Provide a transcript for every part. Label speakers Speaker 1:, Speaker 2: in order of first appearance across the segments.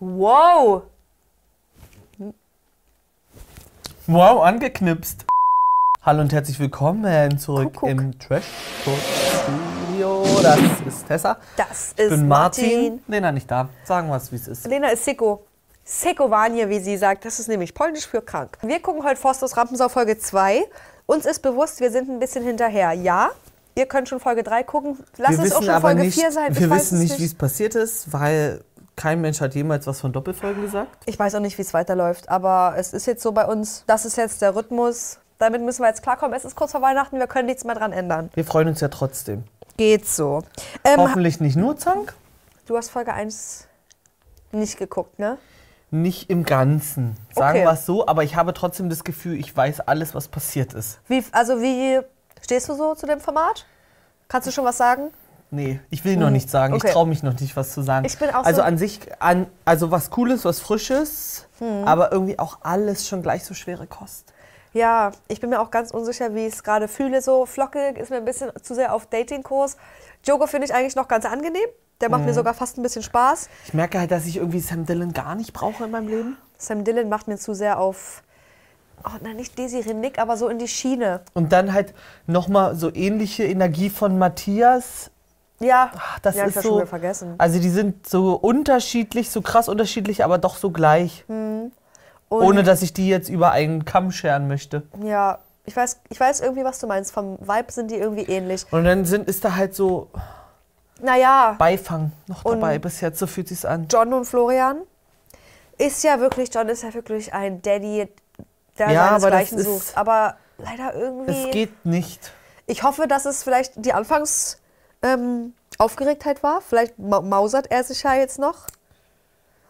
Speaker 1: Wow!
Speaker 2: Wow, angeknipst. Hallo und herzlich willkommen zurück
Speaker 1: Kuckuck.
Speaker 2: im Trash Talk Studio. Das ist Tessa.
Speaker 1: Das
Speaker 2: Ich
Speaker 1: ist
Speaker 2: bin Martin.
Speaker 1: Martin.
Speaker 2: Lena nicht da. Sagen wir es, wie es ist.
Speaker 1: Lena ist Seko. Sekovanie, wie sie sagt. Das ist nämlich polnisch für krank. Wir gucken heute Forstos Rampensau Folge 2. Uns ist bewusst, wir sind ein bisschen hinterher. Ja, ihr könnt schon Folge 3 gucken. Lass es
Speaker 2: wir
Speaker 1: auch
Speaker 2: wissen
Speaker 1: schon
Speaker 2: aber
Speaker 1: Folge
Speaker 2: nicht,
Speaker 1: 4 sein.
Speaker 2: wir
Speaker 1: ich weiß
Speaker 2: wissen
Speaker 1: es
Speaker 2: nicht, wie es passiert ist, weil kein Mensch hat jemals was von Doppelfolgen gesagt.
Speaker 1: Ich weiß auch nicht, wie es weiterläuft, aber es ist jetzt so bei uns. Das ist jetzt der Rhythmus. Damit müssen wir jetzt klarkommen. Es ist kurz vor Weihnachten, wir können nichts mehr dran ändern.
Speaker 2: Wir freuen uns ja trotzdem.
Speaker 1: Geht so. Ähm,
Speaker 2: Hoffentlich nicht nur Zank,
Speaker 1: du hast Folge 1 nicht geguckt, ne?
Speaker 2: nicht im Ganzen. Sagen
Speaker 1: Okay.
Speaker 2: wir es so, aber ich habe trotzdem das Gefühl, ich weiß alles, was passiert ist.
Speaker 1: Wie, also wie stehst du so zu dem Format? Kannst du schon was sagen?
Speaker 2: Nee, ich will noch nichts sagen.
Speaker 1: Hm. okay.
Speaker 2: Ich traue mich noch nicht, was zu sagen.
Speaker 1: Ich bin auch
Speaker 2: also
Speaker 1: so-
Speaker 2: an sich, an, also was Cooles, was Frisches,
Speaker 1: Hm.
Speaker 2: aber irgendwie auch alles schon gleich so schwere Kost.
Speaker 1: Ja, ich bin mir auch ganz unsicher, wie ich es gerade fühle. So Flocke ist mir ein bisschen zu sehr auf Datingkurs. Joker finde ich eigentlich noch ganz angenehm. Der macht
Speaker 2: Mhm.
Speaker 1: mir sogar fast ein bisschen Spaß.
Speaker 2: Ich merke halt, dass ich irgendwie Sam Dillon gar nicht brauche in meinem Leben.
Speaker 1: Sam Dillon macht mir zu sehr auf, oh, na nicht Desiree Nick, aber so in die Schiene.
Speaker 2: Und dann halt nochmal so ähnliche Energie von Matthias.
Speaker 1: Ja,
Speaker 2: Ach, das
Speaker 1: ja, ich
Speaker 2: ist
Speaker 1: hab schon
Speaker 2: so.
Speaker 1: wieder vergessen.
Speaker 2: Also die sind so unterschiedlich, so krass unterschiedlich, aber doch so gleich.
Speaker 1: Hm.
Speaker 2: Ohne dass ich die jetzt über einen Kamm scheren möchte.
Speaker 1: Ja, ich weiß, ich weiß irgendwie, was du meinst. Vom Vibe sind die irgendwie ähnlich.
Speaker 2: Und dann sind, ist da halt so
Speaker 1: Naja,
Speaker 2: Beifang noch
Speaker 1: Und-
Speaker 2: dabei. Bis jetzt, so fühlt sich's an.
Speaker 1: John und Florian ist ja wirklich, John ist ja wirklich ein Daddy, der
Speaker 2: Ja, aber das
Speaker 1: seinesgleichen
Speaker 2: ist-
Speaker 1: sucht. Aber leider irgendwie.
Speaker 2: Es geht nicht.
Speaker 1: Ich hoffe, dass es vielleicht die Anfangs ähm, Aufgeregtheit war. Vielleicht ma mausert er sich ja jetzt noch.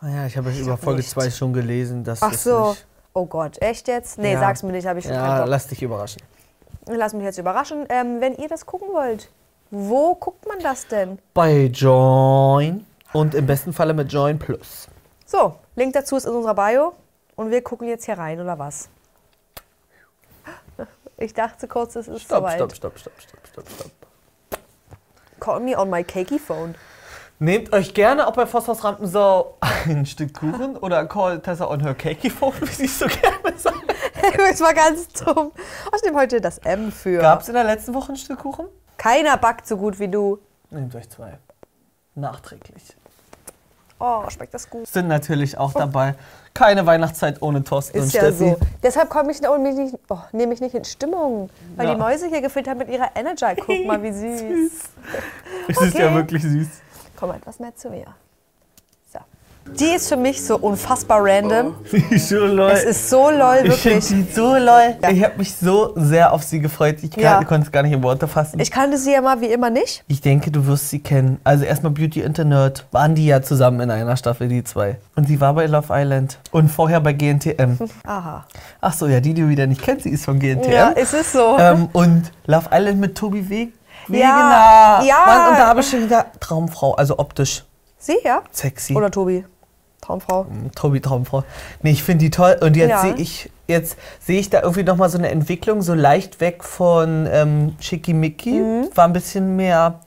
Speaker 2: Naja, Ah ich habe über Folge
Speaker 1: nicht.
Speaker 2: 2 schon gelesen, dass
Speaker 1: Ach
Speaker 2: es
Speaker 1: so.
Speaker 2: nicht.
Speaker 1: Oh Gott, echt jetzt? Nee,
Speaker 2: Ja.
Speaker 1: sag's mir nicht, habe ich schon keinen
Speaker 2: Ja,
Speaker 1: Bock.
Speaker 2: lass dich überraschen.
Speaker 1: Lass mich jetzt überraschen. Ähm, wenn ihr das gucken wollt, wo guckt man das denn?
Speaker 2: Bei Join und im besten Falle mit Join Plus.
Speaker 1: So, Link dazu ist in unserer Bio und wir gucken jetzt hier rein, oder was? Ich dachte kurz, es ist soweit.
Speaker 2: stopp, stopp, stopp, stopp, stopp.
Speaker 1: Call me on my cakey phone.
Speaker 2: Nehmt euch gerne auch bei Forsthaus Rampensau ein Stück Kuchen oder call Tessa on her cakey phone, wie sie es so gerne sagt.
Speaker 1: das war ganz dumm. Ich nehme heute das M für.
Speaker 2: Gab es in der letzten Woche ein Stück Kuchen?
Speaker 1: Keiner backt so gut wie du.
Speaker 2: Nehmt euch zwei. Nachträglich.
Speaker 1: Oh, schmeckt das gut.
Speaker 2: Sind natürlich auch dabei. Keine Weihnachtszeit ohne Thorsten und
Speaker 1: Oh. Ist ja
Speaker 2: Steffi.
Speaker 1: so. Deshalb komme ich, und mich nicht, oh, nehme ich nicht in Stimmung, weil
Speaker 2: Ja.
Speaker 1: die Mäuse hier gefüllt haben mit ihrer Energy. Guck mal, wie süß.
Speaker 2: Es ist ja
Speaker 1: Okay.
Speaker 2: wirklich süß.
Speaker 1: Komm etwas mehr zu mir. So. Die ist für mich so unfassbar random.
Speaker 2: Ich schwöre, Leute.
Speaker 1: Es ist so lol,
Speaker 2: Oh. Ich finde
Speaker 1: wirklich.
Speaker 2: sie so lol.
Speaker 1: Ja.
Speaker 2: Ich habe mich so sehr auf sie gefreut. Ich
Speaker 1: Ja.
Speaker 2: kann- konnte es gar nicht in Worte fassen.
Speaker 1: Ich kannte sie ja mal wie immer nicht.
Speaker 2: Ich denke, du wirst sie kennen. Also erstmal Beauty and the Nerd. Waren die ja zusammen in einer Staffel, die zwei. Und sie war bei Love Island. Und vorher bei GNTM.
Speaker 1: Aha.
Speaker 2: Ach so, ja, die, die du wieder nicht kennst, sie ist von GNTM.
Speaker 1: Ja, es ist so.
Speaker 2: ähm, und Love Island mit Tobi Weg.
Speaker 1: Ja.
Speaker 2: Wegener.
Speaker 1: Ja.
Speaker 2: Mann, und da habe ich schon wieder Traumfrau, also optisch
Speaker 1: Sie, ja?
Speaker 2: sexy.
Speaker 1: Oder Tobi. Traumfrau.
Speaker 2: Tobi Traumfrau. Nee, ich finde die toll. Und jetzt
Speaker 1: Ja.
Speaker 2: sehe ich, jetzt sehe ich da irgendwie nochmal so eine Entwicklung, so leicht weg von ähm, Schickimicki. War ein bisschen mehr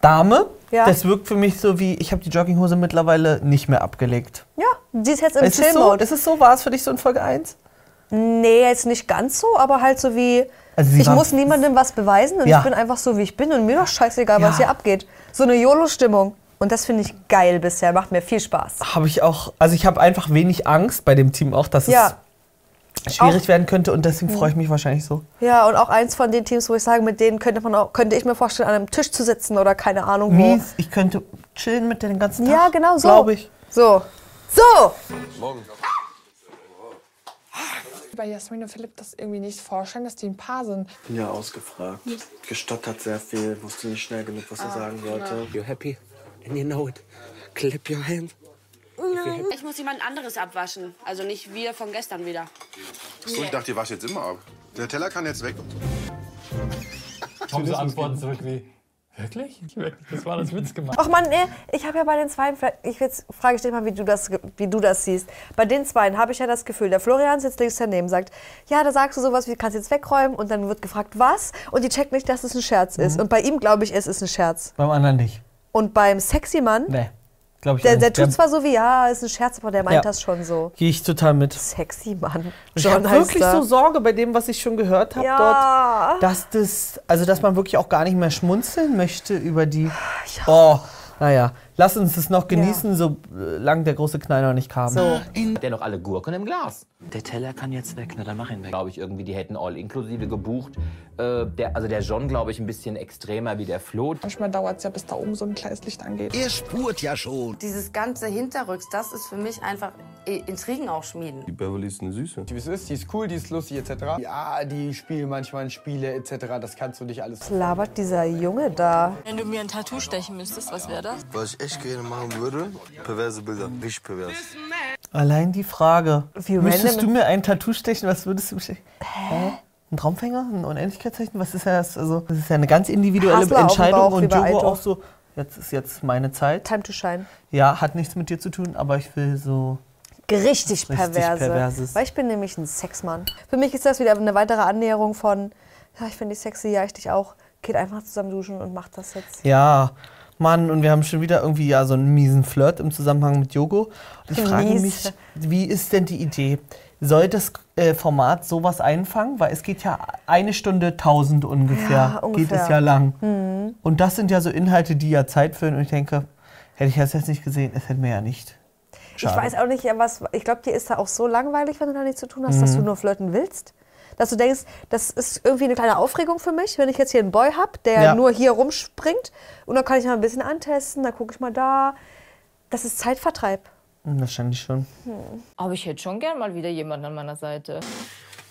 Speaker 2: Dame.
Speaker 1: Mhm. Ja.
Speaker 2: Das wirkt für mich so wie, ich habe die Jogginghose mittlerweile nicht mehr abgelegt.
Speaker 1: Ja, die ist jetzt im
Speaker 2: Ist es, so,
Speaker 1: Chill-Mode.
Speaker 2: ist es so? War es für dich so in Folge 1?
Speaker 1: Nee, jetzt nicht ganz so, aber halt so wie,
Speaker 2: Also sie
Speaker 1: ich
Speaker 2: war-
Speaker 1: muss niemandem was beweisen und
Speaker 2: Ja.
Speaker 1: ich bin einfach so, wie ich bin und mir doch scheißegal, was
Speaker 2: Ja.
Speaker 1: hier abgeht. So eine YOLO-Stimmung. Und das finde ich geil bisher, macht mir viel Spaß.
Speaker 2: Habe ich auch, also ich habe einfach wenig Angst bei dem Team auch, dass
Speaker 1: Ja, Mhm.
Speaker 2: es schwierig werden könnte und deswegen freue ich mich wahrscheinlich so.
Speaker 1: ja, und auch eins von den Teams, wo ich sage, mit denen könnte, man auch, könnte ich mir vorstellen, an einem Tisch zu sitzen oder keine Ahnung wo.
Speaker 2: Mies, ich könnte chillen mit den ganzen Tag.
Speaker 1: Ja, genau so.
Speaker 2: Glaube ich.
Speaker 1: So. So!
Speaker 3: Bei Jasmin und Philipp das irgendwie nicht vorstellen, dass die ein Paar sind.
Speaker 4: bin ja ausgefragt. Gestottert sehr viel, wusste nicht schnell genug, was er sagen wollte.
Speaker 5: You're happy and you know it. Clap your hands.
Speaker 6: Ich muss jemand anderes abwaschen. Also nicht wir von gestern wieder.
Speaker 7: So, ich dachte, ihr wascht jetzt immer ab. Der Teller kann jetzt weg.
Speaker 8: kommen so Antworten zurück wie, wirklich? Wirklich, das war das Witz gemacht.
Speaker 1: Ach Mann, ey, ich habe ja bei den Zweien, vielleicht- ich jetzt frage ich dich mal, wie du das, ge- wie du das siehst. Bei den Zweien habe ich ja das Gefühl, der Florian sitzt links daneben, sagt, ja, da sagst du sowas, wie kannst jetzt wegräumen und dann wird gefragt, was? Und die checkt nicht, dass
Speaker 2: Mhm.
Speaker 1: es ein Scherz ist. Und bei ihm glaube ich, es ist ein Scherz.
Speaker 2: Beim anderen nicht.
Speaker 1: Und beim sexy Mann
Speaker 2: Nee. Glaube ich
Speaker 1: Der,
Speaker 2: auch.
Speaker 1: der tut
Speaker 2: Ja,
Speaker 1: zwar so wie, ja, ist ein Scherz, aber der meint
Speaker 2: Ja.
Speaker 1: das schon so.
Speaker 2: Gehe ich total mit.
Speaker 1: Sexy Mann.
Speaker 2: Ich habe
Speaker 1: John heißt
Speaker 2: wirklich
Speaker 1: er.
Speaker 2: so Sorge bei dem, was ich schon gehört habe
Speaker 1: Ja.
Speaker 2: dort, dass das, also dass man wirklich auch gar nicht mehr schmunzeln möchte über die. Oh, naja, lass uns das noch genießen, solange der große Knall noch nicht kam.
Speaker 1: So.
Speaker 9: Der noch alle Gurken im Glas.
Speaker 5: Der Teller kann jetzt weg, na dann mach ihn weg.
Speaker 9: Glaube ich irgendwie, die hätten all inklusive gebucht. Äh, der, also der John, glaube ich, ein bisschen extremer wie der Flo.
Speaker 3: Manchmal dauert es ja, bis da oben so ein kleines Licht angeht.
Speaker 10: Er spurt ja schon.
Speaker 6: Dieses ganze Hinterrücks, das ist für mich einfach Intrigen auch schmieden.
Speaker 4: Die Beverly ist eine Süße.
Speaker 11: Die es ist, die ist cool, die ist lustig, etc. Ja, die spielen manchmal Spiele, etc. Das kannst du nicht alles.
Speaker 1: Was labert dieser Junge da?
Speaker 10: Wenn du mir ein Tattoo stechen müsstest, was wäre das?
Speaker 4: Was ich echt gerne machen würde, perverse Bilder. Richtig pervers.
Speaker 2: Allein die Frage.
Speaker 1: Wie
Speaker 2: müsstest
Speaker 1: random-
Speaker 2: du mir ein Tattoo stechen? Was würdest du stechen? Hä? Ein Traumfänger? Ein Unendlichkeitszeichen? Was ist ja das? Also, das ist ja eine ganz individuelle
Speaker 1: Hassler auf dem
Speaker 2: Entscheidung
Speaker 1: Bauch, wie
Speaker 2: und
Speaker 1: bei
Speaker 2: Juro
Speaker 1: Aito.
Speaker 2: auch so. Jetzt ist jetzt meine Zeit.
Speaker 1: Time to shine.
Speaker 2: Ja, hat nichts mit dir zu tun, aber ich will so.
Speaker 1: Richtig perverse.
Speaker 2: perverses.
Speaker 1: Weil ich bin nämlich ein Sexmann. Für mich ist das wieder eine weitere Annäherung von, ja, ich finde dich sexy, ja, ich dich auch. Geht einfach zusammen duschen und macht das jetzt.
Speaker 2: Ja, Mann, und wir haben schon wieder irgendwie ja so einen miesen Flirt im Zusammenhang mit Jogo. Und ich frage
Speaker 1: Mies.
Speaker 2: mich, wie ist denn die Idee? Soll das äh, Format sowas einfangen? Weil es geht ja eine Stunde 1000 ungefähr,
Speaker 1: Ja,
Speaker 2: geht
Speaker 1: ungefähr. Mhm.
Speaker 2: es ja lang. Und das sind ja so Inhalte, die ja Zeit füllen. Und ich denke, hätte ich das jetzt nicht gesehen, es hätten wir ja nicht.
Speaker 1: Ich weiß auch nicht, was. Ich glaube, dir ist da auch so langweilig, wenn du da nichts zu tun hast,
Speaker 2: Mhm.
Speaker 1: dass du nur flirten willst. Dass du denkst, das ist irgendwie eine kleine Aufregung für mich, wenn ich jetzt hier einen Boy habe, der
Speaker 2: Ja.
Speaker 1: nur hier rumspringt. Und dann kann ich mal ein bisschen antesten, dann gucke ich mal da. Das ist Zeitvertreib.
Speaker 2: Hm, Wahrscheinlich schon.
Speaker 10: Aber ich hätte schon gern mal wieder jemanden an meiner Seite.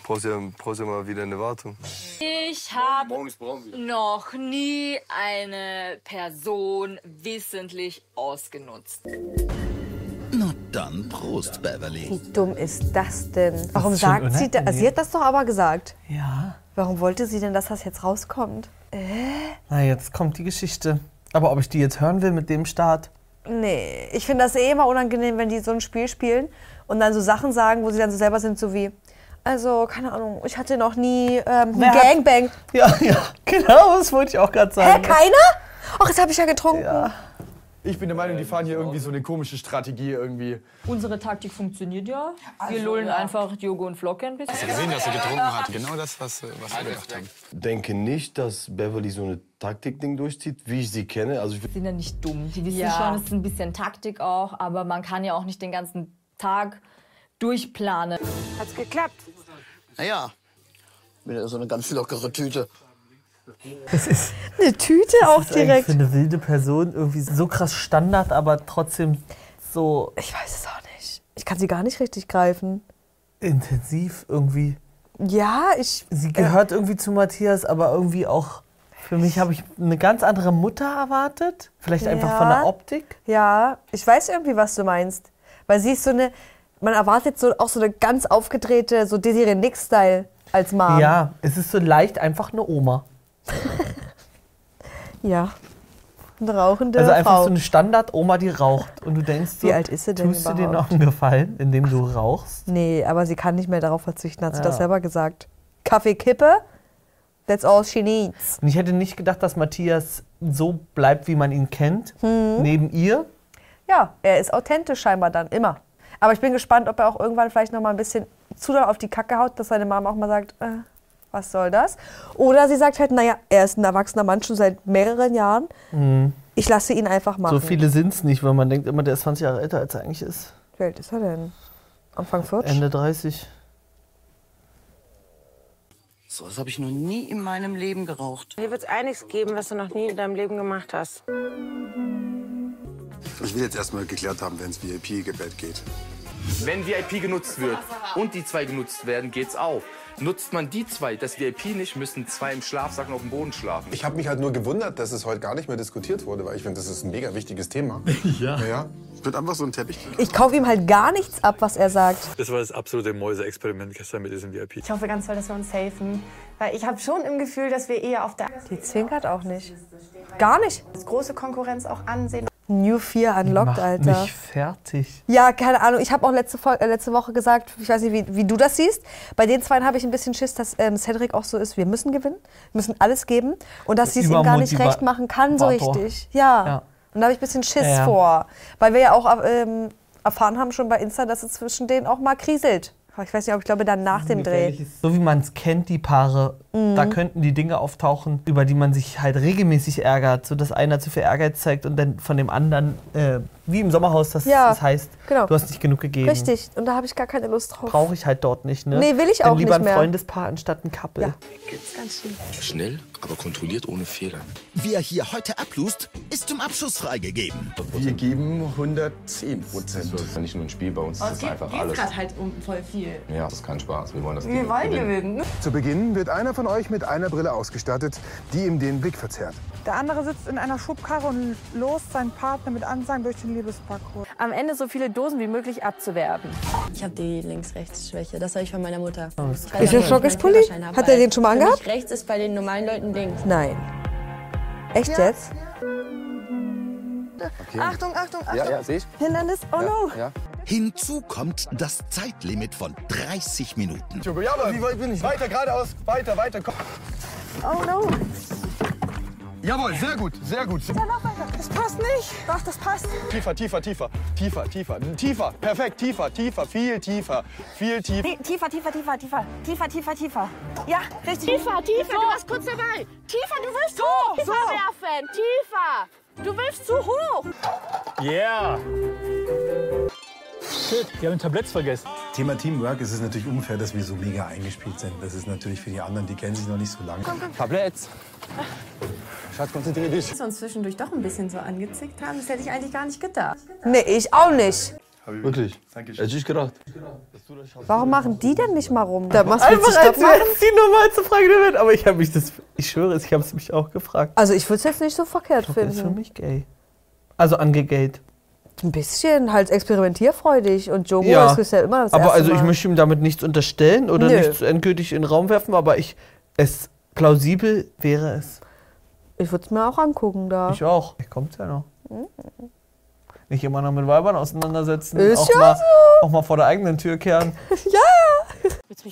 Speaker 4: Brauchst ja, brauchst ja mal wieder eine Wartung.
Speaker 10: Ich habe noch nie eine Person wissentlich ausgenutzt.
Speaker 11: Na dann, Prost, Beverly.
Speaker 1: Wie dumm ist das denn? Warum
Speaker 2: ist schon
Speaker 1: sagt sie das?
Speaker 2: unangenehm.
Speaker 1: Sie hat das doch aber gesagt.
Speaker 2: Ja.
Speaker 1: Warum wollte sie denn, dass das jetzt rauskommt?
Speaker 2: Na, jetzt kommt die Geschichte. Aber ob ich die jetzt hören will mit dem Start?
Speaker 1: Nee, ich finde das eh immer unangenehm, wenn die so ein Spiel spielen und dann so Sachen sagen, wo sie dann so selber sind, so wie, also, keine Ahnung, ich hatte noch nie ähm,
Speaker 2: Wer hat-
Speaker 1: Gangbang.
Speaker 2: Ja, ja, genau, das wollte ich auch gerade
Speaker 1: Hä,
Speaker 2: sagen.
Speaker 1: keiner? Ach, jetzt habe ich ja getrunken.
Speaker 11: Ich bin der Meinung, die fahren hier irgendwie so eine komische Strategie irgendwie.
Speaker 10: Unsere Taktik funktioniert Also, ja. Wir lullen einfach Jogo und Flocke ein bisschen.
Speaker 8: gesehen, dass er getrunken hat. Genau das, was, was wir gedacht haben.
Speaker 4: Denke nicht, dass Beverly so eine Taktik-Ding durchzieht, wie ich sie kenne. Also ich
Speaker 10: Die sind ja nicht dumm. Die wissen schon, es ist ein bisschen Taktik auch, aber man kann ja auch nicht den ganzen Tag durchplanen.
Speaker 6: Hat's geklappt?
Speaker 5: Naja, bin ja so eine ganz lockere Tüte.
Speaker 1: Eine Tüte auch
Speaker 2: Das ist eigentlich
Speaker 1: direkt.
Speaker 2: für eine wilde Person irgendwie so krass Standard, aber trotzdem so
Speaker 1: Ich weiß es auch nicht. Ich kann sie gar nicht richtig greifen.
Speaker 2: intensiv irgendwie.
Speaker 1: Ja, ich.
Speaker 2: Sie gehört irgendwie zu Matthias, aber irgendwie auch. Für mich habe ich eine ganz andere Mutter erwartet. Vielleicht einfach von
Speaker 1: Ja.
Speaker 2: der Optik.
Speaker 1: Ja, ich weiß irgendwie, was du meinst. Weil sie ist so eine. Man erwartet so auch so eine ganz aufgedrehte, so Desiree Nix-Style als Mom.
Speaker 2: Ja, es ist so leicht einfach eine Oma.
Speaker 1: Ja. Eine rauchende
Speaker 2: Also einfach
Speaker 1: Frau.
Speaker 2: so eine Standard-Oma, die raucht. Und du denkst so,
Speaker 1: Wie alt ist sie denn
Speaker 2: tust du dir noch
Speaker 1: überhaupt?
Speaker 2: einen Gefallen, indem du rauchst?
Speaker 1: Nee, aber sie kann nicht mehr darauf verzichten, hat sie
Speaker 2: Ja.
Speaker 1: das selber gesagt. Kaffeekippe, that's all she needs.
Speaker 2: Und ich hätte nicht gedacht, dass Matthias so bleibt, wie man ihn kennt.
Speaker 1: Hm.
Speaker 2: Neben ihr.
Speaker 1: Ja, er ist authentisch scheinbar dann, immer. Aber ich bin gespannt, ob er auch irgendwann vielleicht noch mal ein bisschen zu doll auf die Kacke haut, dass seine Mama auch mal sagt, äh, was soll das? Oder sie sagt halt, naja, er ist ein erwachsener Mann schon seit mehreren Jahren. Ich lasse ihn einfach machen.
Speaker 2: Mhm. So viele sind es nicht, weil man denkt immer, der ist 20 Jahre älter, als er eigentlich ist.
Speaker 1: Wie alt ist er denn? Anfang 40?
Speaker 2: Ende 30.
Speaker 5: So was habe ich noch nie in meinem Leben geraucht.
Speaker 6: Hier wird's einiges geben, was du noch nie in deinem Leben gemacht hast.
Speaker 7: Ich will jetzt erstmal geklärt haben, wenn es VIP-Gebet geht.
Speaker 9: Wenn VIP genutzt wird und die zwei genutzt werden, geht's auf. Nutzt man die zwei, das VIP nicht, müssen zwei im Schlafsack auf dem Boden schlafen.
Speaker 7: Ich habe mich halt nur gewundert, dass es heute gar nicht mehr diskutiert wurde, weil ich finde, das ist ein mega wichtiges Thema. ja. ja. Wird einfach so ein Teppich.
Speaker 1: Ich kaufe ihm halt gar nichts ab, was er sagt.
Speaker 11: Das war das absolute Mäuseexperiment gestern mit diesem VIP.
Speaker 12: Ich hoffe ganz toll, dass wir uns safen. Weil ich habe schon im Gefühl, dass wir eher auf der
Speaker 1: Die zwinkert auch nicht. Gar nicht.
Speaker 12: große Konkurrenz auch ansehen.
Speaker 1: New 4 unlocked,
Speaker 2: Macht
Speaker 1: Alter.
Speaker 2: mich fertig.
Speaker 1: Ja, keine Ahnung. Ich habe auch letzte, Fol- äh, letzte Woche gesagt, ich weiß nicht, wie, wie du das siehst. Bei den beiden habe ich ein bisschen Schiss, dass ähm, Cedric auch so ist, wir müssen gewinnen, müssen alles geben und dass sie es ihm gar nicht
Speaker 2: Übermotiva-
Speaker 1: recht machen kann, so
Speaker 2: Vator.
Speaker 1: richtig. Ja.
Speaker 2: Ja.
Speaker 1: Und da habe ich ein bisschen Schiss
Speaker 2: Ja.
Speaker 1: vor. Weil wir ja auch ähm, erfahren haben schon bei Insta, dass es zwischen denen auch mal kriselt. Aber Ich weiß nicht, ob ich glaube, dann nach dem Dreh.
Speaker 2: So wie man es kennt, die Paare,
Speaker 1: Mhm.
Speaker 2: da könnten die Dinge auftauchen, über die man sich halt regelmäßig ärgert, so dass einer zu viel Ehrgeiz zeigt und dann von dem anderen, äh, wie im Sommerhaus, das,
Speaker 1: Ja,
Speaker 2: das heißt,
Speaker 1: genau.
Speaker 2: du hast nicht genug gegeben.
Speaker 1: Richtig. Und da habe ich gar keine Lust drauf.
Speaker 2: Brauche ich halt dort nicht, ne?
Speaker 1: Nee, will ich
Speaker 2: dann
Speaker 1: auch
Speaker 2: lieber
Speaker 1: nicht mehr.
Speaker 2: ein Freundespaar anstatt ein Couple.
Speaker 1: Ja.
Speaker 13: Ganz schön.
Speaker 14: Schnell, aber kontrolliert ohne Fehler.
Speaker 13: Wer hier heute ablust, ist zum Abschuss freigegeben.
Speaker 14: Wir geben 110 Prozent. Das ist nicht nur ein Spiel, bei
Speaker 12: Oh,
Speaker 14: uns ist das einfach alles.
Speaker 12: halt um voll viel.
Speaker 14: Ja, das ist kein Spaß. Wir wollen das
Speaker 12: Wir
Speaker 14: Ding
Speaker 12: wollen
Speaker 14: gewinnen.
Speaker 12: gewinnen.
Speaker 7: Zu Beginn wird einer von euch mit einer Brille ausgestattet, die ihm den Blick verzerrt.
Speaker 15: Der andere sitzt in einer Schubkarre und lost seinen Partner mit Ansagen durch den Liebesparcours.
Speaker 12: Am Ende so viele Dosen wie möglich abzuwerben.
Speaker 16: Ich habe die Links-Rechts-Schwäche. Das habe ich von meiner Mutter.
Speaker 2: Oh,
Speaker 16: Ich weiß
Speaker 2: das ist
Speaker 1: Ist
Speaker 16: auch
Speaker 1: der
Speaker 16: nicht, ob ich meinen
Speaker 1: Schlockespulli?
Speaker 16: Führerschein habe,
Speaker 1: Hat er
Speaker 16: weil
Speaker 1: den schon mal
Speaker 16: für mich
Speaker 1: angehabt?
Speaker 16: Rechts ist bei den normalen Leuten links.
Speaker 1: Nein. Echt jetzt?
Speaker 13: Okay.
Speaker 15: Achtung, Achtung, Achtung.
Speaker 13: Ja, ja, sehe ich.
Speaker 15: Hindernis, oh no.
Speaker 13: Hinzu kommt das Zeitlimit von 30 Minuten.
Speaker 11: Ja, aber wie weit bin ich? Weiter geradeaus, weiter, weiter, komm.
Speaker 15: Oh no.
Speaker 11: Jawohl, sehr gut, sehr gut.
Speaker 15: Ja, noch weiter. Das passt nicht. Doch, das passt.
Speaker 11: Tiefer, tiefer, tiefer, tiefer, tiefer, tiefer, perfekt, tiefer, tiefer, viel tiefer, viel tiefer.
Speaker 15: Nee, Tiefer, tiefer, tiefer, tiefer. Tiefer, tiefer, tiefer. Ja, richtig.
Speaker 17: Tiefer, tiefer, du warst kurz dabei. Tiefer, du willst so, hoch. Tiefer
Speaker 15: so.
Speaker 17: werfen. Tiefer. Du willst zu hoch.
Speaker 8: Yeah! Shit, die haben ein Tablett vergessen.
Speaker 18: Thema Teamwork es ist es natürlich unfair, dass wir so mega eingespielt sind. Das ist natürlich für die anderen, die kennen sich noch nicht so lange. Tabletts. Schatz, konzentrier dich.
Speaker 12: Dass wir uns zwischendurch doch ein bisschen so angezickt haben, das hätte ich eigentlich gar nicht gedacht.
Speaker 1: Nee, ich auch nicht.
Speaker 18: Wirklich? Hätte ich gedacht.
Speaker 1: Warum machen die denn nicht mal rum? Da machst du
Speaker 2: Einfach
Speaker 1: willst du
Speaker 2: als
Speaker 1: Stopp machen?
Speaker 2: wäre es die normalste Frage der Welt. Aber ich habe mich das, ich schwöre es, ich habe es mich auch gefragt.
Speaker 1: Also ich würde es jetzt nicht so verkehrt
Speaker 2: Doch, der
Speaker 1: finden.
Speaker 2: ist für mich gay. Also angegayt.
Speaker 1: Ein bisschen halt experimentierfreudig und Jogo ist ja immer das
Speaker 2: aber
Speaker 1: erste
Speaker 2: also ich
Speaker 1: Mal.
Speaker 2: möchte ihm damit nichts unterstellen oder
Speaker 1: Nö.
Speaker 2: nichts endgültig in den Raum werfen, aber ich, es plausibel wäre es.
Speaker 1: Ich würde es mir auch angucken da.
Speaker 2: Ich auch. Er kommt ja noch.
Speaker 1: Mhm.
Speaker 2: Nicht immer noch mit Weibern auseinandersetzen.
Speaker 1: Ist
Speaker 2: auch,
Speaker 1: ja
Speaker 2: mal, auch mal vor der eigenen Tür kehren.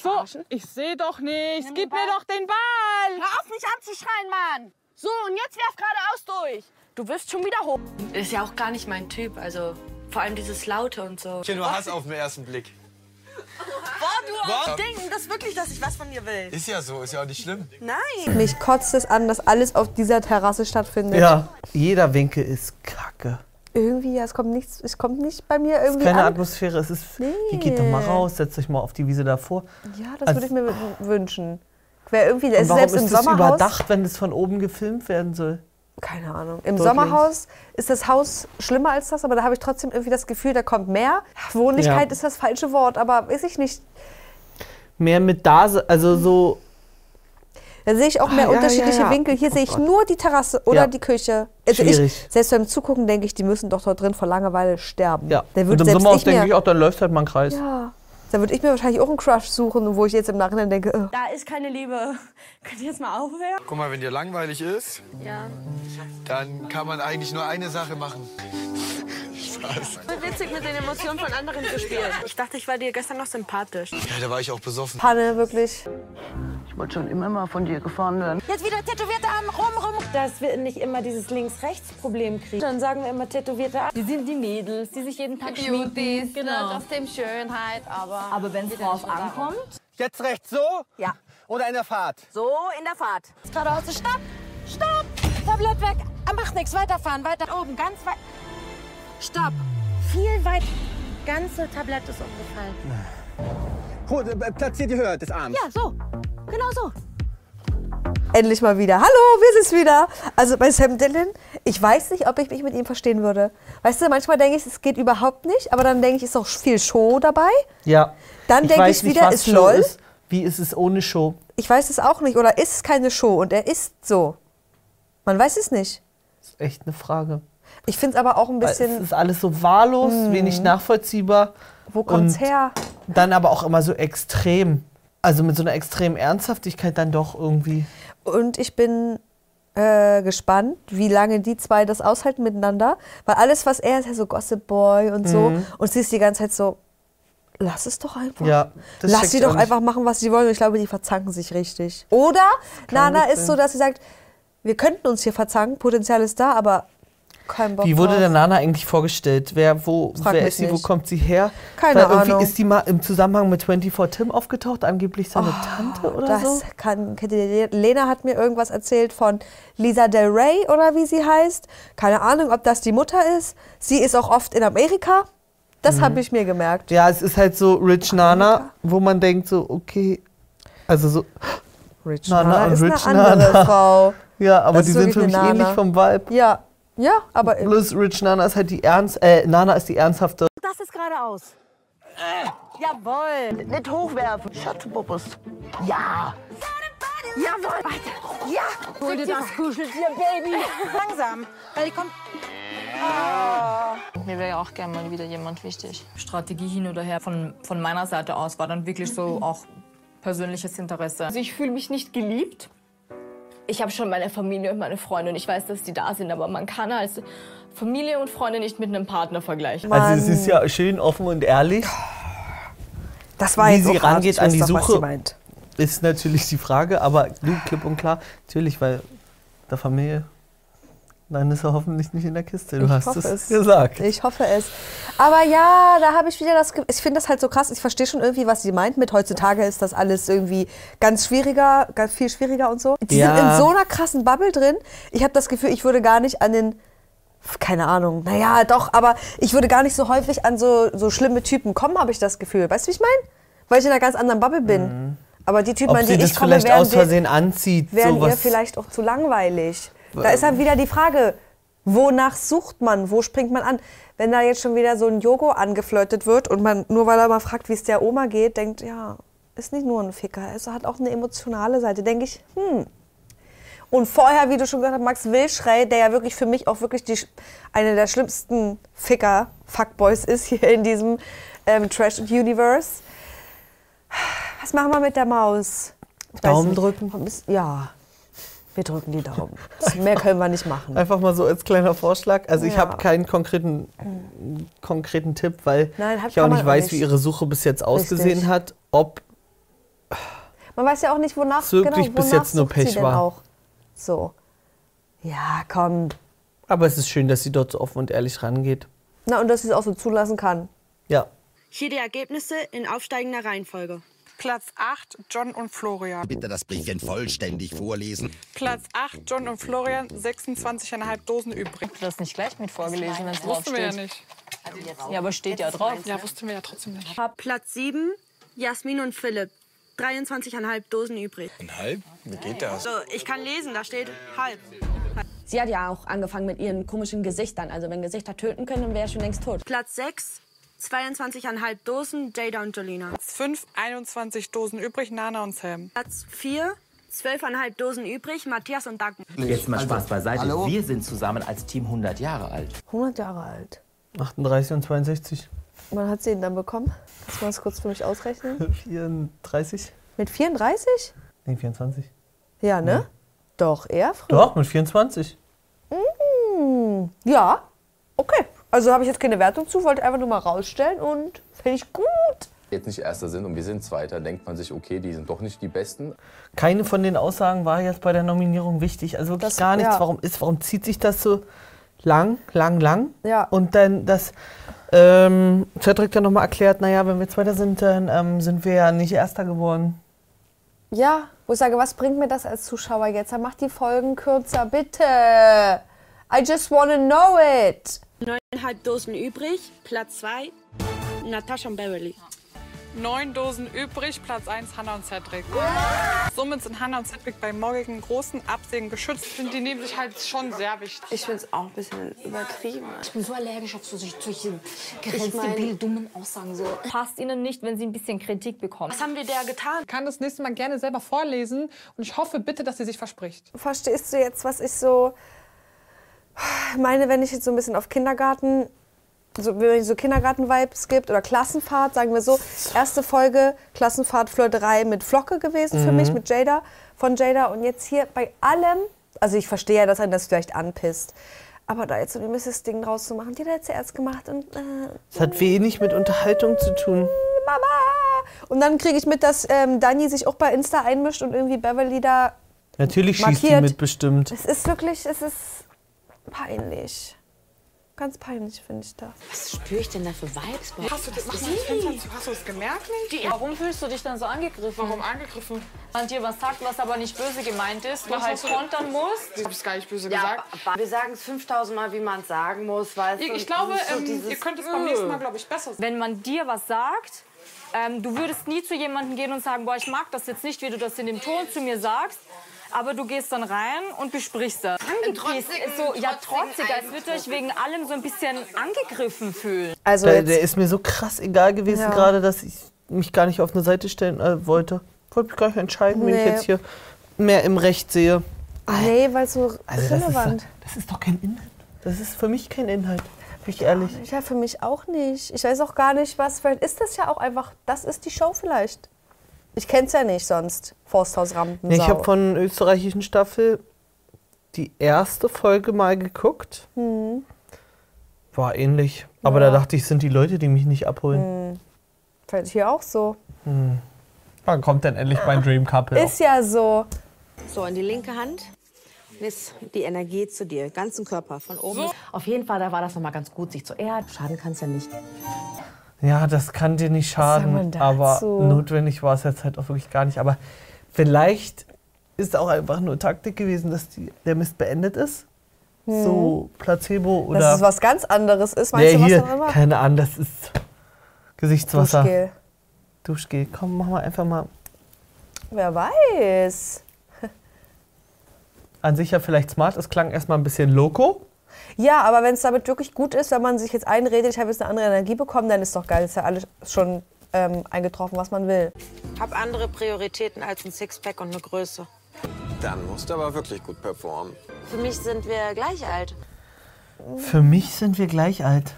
Speaker 15: So, ich sehe doch nichts. Gib mir doch den Ball.
Speaker 17: Hör auf, mich anzuschreien, Mann. So, und jetzt werf geradeaus durch. Du wirst schon wieder hoch.
Speaker 6: Ist ja auch gar nicht mein Typ. Also vor allem dieses Laute und so.
Speaker 18: auf den ersten Blick.
Speaker 19: Boah, du denken das wirklich, dass ich was von dir will.
Speaker 18: Ist ja so, ist ja auch nicht schlimm.
Speaker 19: Nein.
Speaker 1: Mich kotzt es an, dass alles auf dieser Terrasse stattfindet.
Speaker 2: Ja, jeder Winkel ist kacke.
Speaker 1: Irgendwie, ja, es kommt nichts, es kommt nicht bei mir irgendwie
Speaker 2: Keine
Speaker 1: an.
Speaker 2: Atmosphäre, es ist.
Speaker 1: Nee.
Speaker 2: Ihr geht doch mal raus, setzt euch mal auf die Wiese davor.
Speaker 1: Ja, das
Speaker 2: Also-
Speaker 1: würde ich mir w- wünschen. Wäre irgendwie,
Speaker 2: Und
Speaker 1: es
Speaker 2: warum
Speaker 1: selbst
Speaker 2: ist
Speaker 1: im
Speaker 2: das
Speaker 1: Sommerhaus.
Speaker 2: überdacht, wenn es von oben gefilmt werden soll?
Speaker 1: Keine Ahnung. Im
Speaker 2: Dort
Speaker 1: Sommerhaus ist das Haus schlimmer als das, aber da habe ich trotzdem irgendwie das Gefühl, da kommt mehr. Wohnlichkeit
Speaker 2: Ja.
Speaker 1: ist das falsche Wort, aber weiß ich nicht.
Speaker 2: Mehr mit Dase, also so.
Speaker 1: Da sehe ich auch
Speaker 2: Ah,
Speaker 1: mehr
Speaker 2: ja,
Speaker 1: unterschiedliche
Speaker 2: ja, ja.
Speaker 1: Winkel. Hier
Speaker 2: Oh
Speaker 1: sehe ich
Speaker 2: Gott.
Speaker 1: nur die Terrasse oder
Speaker 2: Ja.
Speaker 1: die Küche. Also ich,
Speaker 2: Schwierig.
Speaker 1: selbst beim Zugucken denke ich, die müssen doch dort drin vor Langeweile sterben.
Speaker 2: Ja.
Speaker 1: Da
Speaker 2: Und
Speaker 1: würde
Speaker 2: im
Speaker 1: selbst
Speaker 2: Sommerhaus
Speaker 1: ich
Speaker 2: denke ich
Speaker 1: mir,
Speaker 2: auch, dann läuft halt mal ein Kreis.
Speaker 1: ja, da würde ich mir wahrscheinlich auch einen Crush suchen, wo ich jetzt im Nachhinein denke, äh,
Speaker 16: Da ist keine Liebe. Könnt ihr jetzt mal aufhören?
Speaker 18: Guck mal, wenn dir langweilig ist,
Speaker 16: Ja.
Speaker 18: dann kann man eigentlich nur eine Sache machen. Spaß.
Speaker 17: Witzig mit den Emotionen von anderen zu spielen. Ich dachte, ich war dir gestern noch sympathisch.
Speaker 18: Ja, da war ich auch besoffen.
Speaker 1: Panne, wirklich.
Speaker 19: Ich wollte schon immer mal von dir gefahren werden.
Speaker 12: Jetzt wieder Tätowierte Arme, rum, rum. Dass wir nicht immer dieses Links-Rechts-Problem kriegen. Dann sagen wir immer Tätowierte Arme.
Speaker 10: Wir sind die Mädels, die sich jeden Tag schminken.
Speaker 12: dem Schönheit, aber...
Speaker 10: Aber wenn es drauf ankommt,
Speaker 11: Jetzt rechts so? Ja. Oder in der Fahrt?
Speaker 12: So, in der Fahrt. Geradeaus, stopp, stopp, Tablett weg. Ah, Macht nichts, weiterfahren, weiter oben, ganz weit. Stopp, viel weit. Ganze Tablett ist umgefallen.
Speaker 7: äh,
Speaker 11: Platziert die Höhe des Arms.
Speaker 12: Ja, so, genau so.
Speaker 1: endlich mal wieder. Hallo, wir sind's wieder. Also bei Sam Dillon, ich weiß nicht, ob ich mich mit ihm verstehen würde. Weißt du, manchmal denke ich, es geht überhaupt nicht, aber dann denke ich, ist auch viel Show dabei.
Speaker 2: Ja.
Speaker 1: Dann denke
Speaker 2: weiß
Speaker 1: ich
Speaker 2: nicht,
Speaker 1: wieder,
Speaker 2: was
Speaker 1: ist
Speaker 2: Show
Speaker 1: LOL.
Speaker 2: Ist. Wie ist es ohne Show?
Speaker 1: Ich weiß es auch nicht. Oder ist es keine Show? Und er ist so. Man weiß es nicht.
Speaker 2: ist echt eine Frage.
Speaker 1: Ich finde es aber auch ein
Speaker 2: Weil
Speaker 1: bisschen.
Speaker 2: Es ist alles so wahllos,
Speaker 1: Mm.
Speaker 2: wenig nachvollziehbar.
Speaker 1: Wo kommt's
Speaker 2: Und
Speaker 1: her?
Speaker 2: Dann aber auch immer so extrem. Also mit so einer extremen Ernsthaftigkeit dann doch irgendwie.
Speaker 1: Und ich bin äh, gespannt, wie lange die zwei das aushalten miteinander. Weil alles, was er ist, ja so Gossip Boy und so.
Speaker 2: Mhm.
Speaker 1: Und sie ist die ganze Zeit so, lass es doch einfach.
Speaker 2: Ja, das
Speaker 1: lass
Speaker 2: check
Speaker 1: sie
Speaker 2: ich auch
Speaker 1: doch
Speaker 2: nicht.
Speaker 1: einfach machen, was sie wollen. Und ich glaube, die verzanken sich richtig. Oder
Speaker 2: Kann
Speaker 1: Nana
Speaker 2: gut
Speaker 1: ist
Speaker 2: sein.
Speaker 1: so, dass sie sagt, wir könnten uns hier verzanken, Potenzial ist da, aber Kein Bock
Speaker 2: Wie wurde
Speaker 1: drauf.
Speaker 2: der Nana eigentlich vorgestellt? Wer, wo,
Speaker 1: Frag
Speaker 2: wer
Speaker 1: mich
Speaker 2: ist sie, wo
Speaker 1: nicht.
Speaker 2: kommt sie her?
Speaker 1: Keine
Speaker 2: Weil irgendwie
Speaker 1: Ahnung.
Speaker 2: Ist die mal im Zusammenhang mit 24 Tim aufgetaucht, angeblich seine Tante oder
Speaker 1: Oh, das
Speaker 2: so?
Speaker 1: Kann, kennt ihr die Le- Lena hat mir irgendwas erzählt von Lisa Del Rey oder wie sie heißt. Keine Ahnung, ob das die Mutter ist. Sie ist auch oft in Amerika. Das
Speaker 2: Mhm.
Speaker 1: habe ich mir gemerkt.
Speaker 2: Ja, es ist halt so Rich Nana, wo man denkt so, okay, also so
Speaker 1: Rich
Speaker 2: Nana
Speaker 1: Nana
Speaker 2: und
Speaker 1: ist
Speaker 2: Rich
Speaker 1: eine andere
Speaker 2: Nana.
Speaker 1: Frau.
Speaker 2: Ja, aber
Speaker 1: Das
Speaker 2: die
Speaker 1: ist
Speaker 2: sind
Speaker 1: wirklich
Speaker 2: für mich
Speaker 1: eine
Speaker 2: ähnlich
Speaker 1: Nana.
Speaker 2: vom Vibe.
Speaker 1: Ja, ja, aber
Speaker 2: Bloß Rich Nana ist halt die ernst, äh, Nana ist die ernsthafte.
Speaker 19: Das ist geradeaus. Äh, jawohl. Nicht hochwerfen. Schatzbubbles. Ja. Jawohl. Weiter. Ja.
Speaker 12: Hol dir das
Speaker 19: Kuscheltier, Baby. Langsam. Weil die kommt.
Speaker 10: Mir wäre ja auch gerne mal wieder jemand wichtig. Strategie hin oder her von, von meiner Seite aus war dann wirklich so auch persönliches Interesse. Also ich fühle mich nicht geliebt. Ich habe schon meine Familie und meine Freunde und ich weiß, dass die da sind, aber man kann als Familie und Freunde nicht mit einem Partner vergleichen.
Speaker 2: Also es ist ja schön offen und ehrlich.
Speaker 1: Das war
Speaker 2: Wie
Speaker 1: jetzt
Speaker 2: sie
Speaker 1: auch hart.
Speaker 2: rangeht
Speaker 1: Ich
Speaker 2: an
Speaker 1: weiß
Speaker 2: die
Speaker 1: doch, was
Speaker 2: Suche,
Speaker 1: sie meint.
Speaker 2: ist natürlich die Frage, aber du, klipp und klar, natürlich, weil der Familie, nein, ist er hoffentlich nicht in der Kiste. Du
Speaker 1: Ich
Speaker 2: hast
Speaker 1: hoffe
Speaker 2: es,
Speaker 1: es.
Speaker 2: gesagt.
Speaker 1: Ich hoffe es. Aber ja, da habe ich wieder das. Ge ich finde das halt so krass. Ich verstehe schon irgendwie, was sie meint mit heutzutage ist das alles irgendwie ganz schwieriger, ganz viel schwieriger und so. Die sind
Speaker 2: Ja.
Speaker 1: in so einer krassen Bubble drin. Ich habe das Gefühl, ich würde gar nicht an den keine Ahnung. Naja, doch, aber ich würde gar nicht so häufig an so, so schlimme Typen kommen, habe ich das Gefühl. Weißt du, wie ich meine? Weil ich in einer ganz anderen Bubble bin. Aber die Typen,
Speaker 2: Mhm. Ob
Speaker 1: an die
Speaker 2: sie das
Speaker 1: ich komme,
Speaker 2: vielleicht
Speaker 1: wären
Speaker 2: aus
Speaker 1: wir-
Speaker 2: Versehen anzieht,
Speaker 1: wären wir
Speaker 2: sowas.
Speaker 1: vielleicht auch zu langweilig. Da ist halt wieder die Frage, wonach sucht man, wo springt man an? Wenn da jetzt schon wieder so ein Jogo angeflirtet wird und man nur weil er mal fragt, wie es der Oma geht, denkt, ja, ist nicht nur ein Ficker, es hat auch eine emotionale Seite, denke ich, hm. Und vorher, wie du schon gesagt hast, Max Wilschrey, der ja wirklich für mich auch wirklich die, sch- einer der schlimmsten Ficker, Fuckboys ist hier in diesem ähm, Trash-Universe. Was machen wir mit der Maus? Ich weiß
Speaker 2: Daumen
Speaker 1: nicht. Warum ist- Ja, wir drücken die Daumen. Mehr können wir nicht machen.
Speaker 2: Mhm. Einfach mal so als kleiner Vorschlag. Also ich
Speaker 1: Ja.
Speaker 2: habe keinen konkreten, konkreten Tipp, weil
Speaker 1: Nein, hat-
Speaker 2: ich auch
Speaker 1: kann man
Speaker 2: nicht
Speaker 1: auch
Speaker 2: weiß,
Speaker 1: nicht.
Speaker 2: wie ihre Suche bis jetzt ausgesehen
Speaker 1: Richtig.
Speaker 2: hat. Ob
Speaker 1: Man weiß ja auch nicht, wonach
Speaker 2: Es wirklich
Speaker 1: genau,
Speaker 2: bis
Speaker 1: wonach
Speaker 2: jetzt nur
Speaker 1: sucht sie
Speaker 2: Pech
Speaker 1: denn
Speaker 2: war.
Speaker 1: Auch. So. Ja, komm.
Speaker 2: Aber es ist schön, dass sie dort so offen und ehrlich rangeht.
Speaker 1: Na, und dass sie es auch so zulassen kann.
Speaker 2: Ja.
Speaker 17: Hier die Ergebnisse in aufsteigender Reihenfolge. Platz 8, John und Florian.
Speaker 13: Bitte das Briefchen vollständig vorlesen.
Speaker 3: Platz 8, John und Florian, 26,5 Dosen übrig. Du hast nicht gleich mit
Speaker 10: vorgelesen, wenn's
Speaker 3: Wussten wir ja
Speaker 10: draufsteht.
Speaker 3: nicht.
Speaker 10: Ja, aber steht ja drauf.
Speaker 3: Ja, wussten wir ja trotzdem nicht.
Speaker 6: Platz 7, Jasmin und Philipp. 23,5 Dosen übrig.
Speaker 7: Halb? Wie geht das?
Speaker 6: So, ich kann lesen, da steht halb.
Speaker 16: Sie hat ja auch angefangen mit ihren komischen Gesichtern. Also wenn Gesichter töten können, dann wäre schon längst tot.
Speaker 6: Platz 6, 22,5 Dosen, Jada und Jolina.
Speaker 3: Platz 5, 21 Dosen übrig, Nana und Sam.
Speaker 6: Platz 4, 12,5 Dosen übrig, Matthias und Dagmar.
Speaker 20: Jetzt mal
Speaker 18: Also,
Speaker 20: Spaß beiseite.
Speaker 2: hallo?
Speaker 20: Wir sind zusammen als Team 100 Jahre alt.
Speaker 1: 100 Jahre alt.
Speaker 2: 38 und 62.
Speaker 1: Wann hat sie ihn dann bekommen? Kannst du mal das kurz für mich ausrechnen?
Speaker 2: 34?
Speaker 1: Mit 34?
Speaker 2: Nee, 24.
Speaker 1: Ja, ne? Doch, eher früh.
Speaker 2: Doch, mit 24.
Speaker 1: Mm, ja, okay. Also habe ich jetzt keine Wertung zu, wollte einfach nur mal rausstellen und finde ich gut.
Speaker 14: Jetzt nicht erster sind und wir sind zweiter, denkt man sich, okay, die sind doch nicht die Besten.
Speaker 2: Keine von den Aussagen war jetzt bei der Nominierung wichtig. Also wirklich gar nichts.
Speaker 1: ja.
Speaker 2: Warum, ist, warum zieht sich das so lang, lang, lang?
Speaker 1: Ja.
Speaker 2: Und dann, dass ähm, Cedric dann nochmal erklärt, naja, wenn wir Zweiter sind, dann ähm, sind wir ja nicht Erster geworden.
Speaker 1: Ja, wo ich sage, was bringt mir das als Zuschauer jetzt? Dann macht die Folgen kürzer, bitte. I just wanna know it.
Speaker 6: 9,5 Dosen übrig, Platz 2, Natascha und Beverly.
Speaker 3: Neun Dosen übrig, Platz 1 Hannah und Cedric. Somit sind Hannah und Cedric beim morgigen großen Absehen geschützt. Ich finde, die nehmen sich halt schon sehr wichtig. Ich finde es auch ein bisschen übertrieben.
Speaker 21: Ich bin so allergisch auf so solche
Speaker 10: Ich mein-
Speaker 21: grenzdebilen, dummen Aussagen. So.
Speaker 10: Passt ihnen nicht, wenn sie ein bisschen Kritik bekommen.
Speaker 3: Was haben wir da getan? Ich kann das nächste Mal gerne selber vorlesen und ich hoffe bitte, dass sie sich verspricht.
Speaker 1: Verstehst du jetzt, was ich so meine, wenn ich jetzt so ein bisschen auf Kindergarten, so, wenn es so Kindergarten-Vibes gibt oder Klassenfahrt, sagen wir so, erste Folge Klassenfahrt Flirterei mit Flocke gewesen für
Speaker 10: Mhm.
Speaker 1: mich, mit Jada, von Jada und jetzt hier bei allem, also ich verstehe ja, dass einen das vielleicht anpisst, aber da jetzt so ein mieses Ding draus zu machen, die hat es ja erst gemacht und äh,
Speaker 2: Das hat wenig mit Unterhaltung zu tun.
Speaker 1: Mama! Und dann kriege ich mit, dass ähm, Dani sich auch bei Insta einmischt und irgendwie Beverly da
Speaker 2: Natürlich schießt die
Speaker 1: Markiert.
Speaker 2: mit bestimmt.
Speaker 1: es ist wirklich, es ist peinlich. Ganz peinlich, finde ich das.
Speaker 6: Was spüre ich denn da für Vibes bei?
Speaker 3: Hast du das, mach mal das Fenster zu. Hast du es gemerkt nicht?
Speaker 10: Warum fühlst du dich dann so angegriffen?
Speaker 3: Warum angegriffen?
Speaker 10: Man dir was sagt, was aber nicht böse gemeint ist, du
Speaker 6: Was
Speaker 10: halt
Speaker 6: hast du-
Speaker 10: kontern musst.
Speaker 3: Ich hab's gar nicht böse
Speaker 6: Ja,
Speaker 3: gesagt.
Speaker 6: aber wir sagen es 5000 Mal, wie man es sagen muss, weißt
Speaker 3: Ich,
Speaker 6: du?
Speaker 3: ich glaube,
Speaker 6: Das ist so
Speaker 3: ähm,
Speaker 6: dieses-
Speaker 3: ihr könnt es beim nächsten Mal, glaube ich, besser
Speaker 10: Wenn man dir was sagt, ähm, du würdest nie zu jemandem gehen und sagen, boah, ich mag das jetzt nicht, wie du das in dem Ton zu mir sagst. Aber du gehst dann rein und besprichst das. Angepisst ist so, ja trotzig, als würde euch wegen allem so ein bisschen angegriffen fühlen.
Speaker 1: Also
Speaker 2: der,
Speaker 1: jetzt-
Speaker 2: der ist mir so krass egal gewesen
Speaker 1: Ja.
Speaker 2: gerade, dass ich mich gar nicht auf eine Seite stellen äh, wollte. Wollte mich gar nicht entscheiden, wenn ich
Speaker 1: Nee.
Speaker 2: jetzt hier mehr im Recht sehe.
Speaker 1: Nee, weil es so
Speaker 2: Also das ist
Speaker 1: relevant.
Speaker 2: Das ist doch kein Inhalt. Das ist für mich kein Inhalt. Bin ich ehrlich.
Speaker 1: Ja, für mich auch nicht. Ich weiß auch gar nicht, was. Vielleicht ist das ja auch einfach. Das ist die Show vielleicht. Ich kenn's ja nicht sonst. Forsthaus Rampensau.
Speaker 2: Nee, ich habe von österreichischen Staffel die erste Folge mal geguckt.
Speaker 1: Hm.
Speaker 2: War ähnlich. Aber da dachte ich, sind die Leute, die mich nicht abholen.
Speaker 1: Hm. Vielleicht hier auch so.
Speaker 2: Hm. Wann kommt denn endlich mein Dream Couple?
Speaker 1: Ist ja so.
Speaker 4: So, in die linke Hand. Und jetzt die Energie zu dir, ganzen Körper, von oben. bis-
Speaker 22: Auf jeden Fall, da war das nochmal ganz gut, sich zu erden. Schaden kann es ja nicht.
Speaker 2: Ja, das kann dir nicht
Speaker 22: man
Speaker 2: schaden,
Speaker 22: dazu?
Speaker 2: aber notwendig war es jetzt halt auch wirklich gar nicht. Aber vielleicht ist auch einfach nur Taktik gewesen, dass die, der Mist beendet ist.
Speaker 1: Hm.
Speaker 2: So Placebo oder.
Speaker 1: Dass es was ganz anderes ist. Meinst
Speaker 2: nee,
Speaker 1: du, was
Speaker 2: hier,
Speaker 1: dann immer?
Speaker 2: keine Ahnung, das ist Gesichtswasser.
Speaker 1: Duschgel.
Speaker 2: Duschgel. Komm, mach mal einfach mal.
Speaker 1: Wer weiß.
Speaker 2: An sich ja vielleicht smart. Es klang erstmal ein bisschen loco.
Speaker 1: Ja, aber wenn es damit wirklich gut ist, wenn man sich jetzt einredet, ich habe jetzt eine andere Energie bekommen, dann ist doch geil. Ist ja alles schon ähm, eingetroffen, was man will.
Speaker 4: Hab andere Prioritäten als ein Sixpack und eine Größe.
Speaker 23: Dann musst du aber wirklich gut performen.
Speaker 4: Für mich sind wir gleich alt.
Speaker 2: Für mich sind wir gleich alt.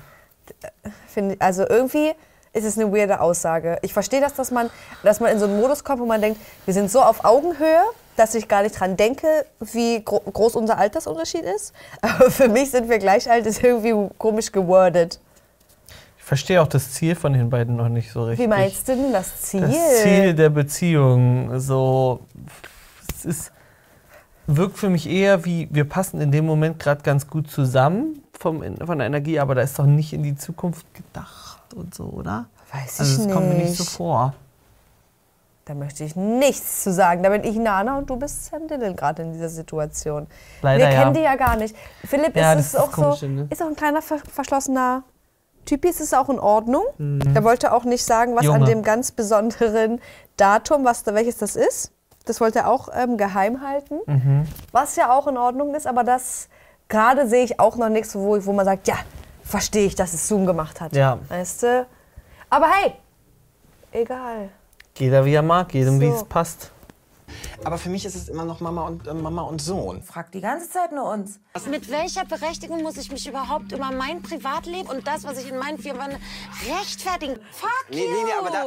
Speaker 1: Finde- also irgendwie ist es eine weirde Aussage. Ich verstehe das, dass man, dass man in so einen Modus kommt, wo man denkt, wir sind so auf Augenhöhe, dass ich gar nicht dran denke, wie gro groß unser Altersunterschied ist. Aber für mich sind wir gleich alt, ist irgendwie komisch gewordet.
Speaker 2: Ich verstehe auch das Ziel von den beiden noch nicht so richtig.
Speaker 1: Wie meinst du denn das Ziel?
Speaker 2: Das Ziel der Beziehung. So, es ist, wirkt für mich eher wie, wir passen in dem Moment gerade ganz gut zusammen vom, von der Energie, aber da ist doch nicht in die Zukunft gedacht und so, oder?
Speaker 1: Weiß
Speaker 2: also,
Speaker 1: ich
Speaker 2: das kommt mir nicht
Speaker 1: nicht.
Speaker 2: so vor.
Speaker 1: Da möchte ich nichts zu sagen. Da bin ich Nana und du bist Sam Dillon gerade in dieser Situation.
Speaker 2: Leider,
Speaker 1: Wir
Speaker 2: ja.
Speaker 1: kennen die ja gar nicht. Philipp
Speaker 2: Ja,
Speaker 1: ist
Speaker 2: das
Speaker 1: es
Speaker 2: ist
Speaker 1: auch
Speaker 2: komisch,
Speaker 1: so,
Speaker 2: ne?
Speaker 1: ist auch ein kleiner ver verschlossener Typ. Ist es auch in Ordnung.
Speaker 2: Mhm.
Speaker 1: Er wollte auch nicht sagen, was an
Speaker 2: Junge.
Speaker 1: dem ganz besonderen Datum, was, da- welches das ist. Das wollte er auch ähm, geheim halten.
Speaker 2: Mhm.
Speaker 1: Was ja auch in Ordnung ist, aber das gerade sehe ich auch noch nichts, wo, wo man sagt, ja, verstehe ich, dass es Zoom gemacht hat.
Speaker 2: Ja.
Speaker 1: Weißt du? Aber hey, egal.
Speaker 2: Jeder wie er mag, jedem wie
Speaker 1: So.
Speaker 2: es passt.
Speaker 23: Aber für mich ist es immer noch Mama und äh, Mama und Sohn.
Speaker 24: Fragt die ganze Zeit nur uns.
Speaker 4: Mit welcher Berechtigung muss ich mich überhaupt über mein Privatleben und das, was ich in meinen vier Wänden rechtfertigen? Fuck
Speaker 23: Nee,
Speaker 4: you!
Speaker 23: nee, nee, aber da,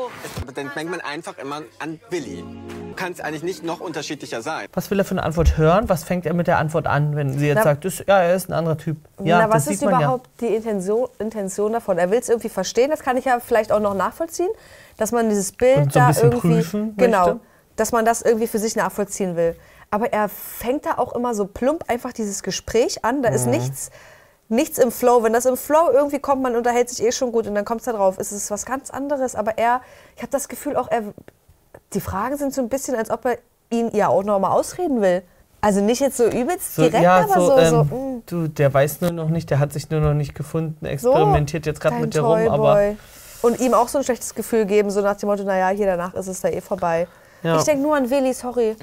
Speaker 23: es, dann denkt man einfach immer an Willi. Du kannst eigentlich nicht noch unterschiedlicher sein.
Speaker 2: Was will er für eine Antwort hören? Was fängt er mit der Antwort an, wenn sie jetzt
Speaker 1: Na-
Speaker 2: sagt, ist, ja, er ist ein anderer Typ? Ja,
Speaker 1: Na, was
Speaker 2: das
Speaker 1: ist
Speaker 2: sieht man ja.
Speaker 1: überhaupt die Intention, Intention davon? Er will es irgendwie verstehen, das kann ich ja vielleicht auch noch nachvollziehen, dass man dieses Bild
Speaker 2: Und so ein
Speaker 1: da
Speaker 2: bisschen
Speaker 1: irgendwie.
Speaker 2: prüfen
Speaker 1: genau,
Speaker 2: möchte.
Speaker 1: dass man das irgendwie für sich nachvollziehen will. Aber er fängt da auch immer so plump einfach dieses Gespräch an. Da ist
Speaker 23: Mhm.
Speaker 1: nichts, nichts im Flow. Wenn das im Flow irgendwie kommt, man unterhält sich eh schon gut und dann kommt es da drauf. Es ist was ganz anderes. Aber er, ich habe das Gefühl auch, er, die Fragen sind so ein bisschen, als ob er ihn ja auch nochmal ausreden will. Also nicht jetzt so übelst
Speaker 2: So,
Speaker 1: direkt,
Speaker 2: ja,
Speaker 1: aber
Speaker 2: so,
Speaker 1: so, so,
Speaker 2: ähm,
Speaker 1: mm.
Speaker 2: du, der weiß nur noch nicht, der hat sich nur noch nicht gefunden, experimentiert jetzt gerade
Speaker 1: dein
Speaker 2: mit dir rum, aber
Speaker 1: Toyboy. Und ihm auch so ein schlechtes Gefühl geben, so nach dem Motto, naja, hier danach ist es da eh vorbei.
Speaker 23: Ja.
Speaker 1: Ich denke nur an Willi, sorry.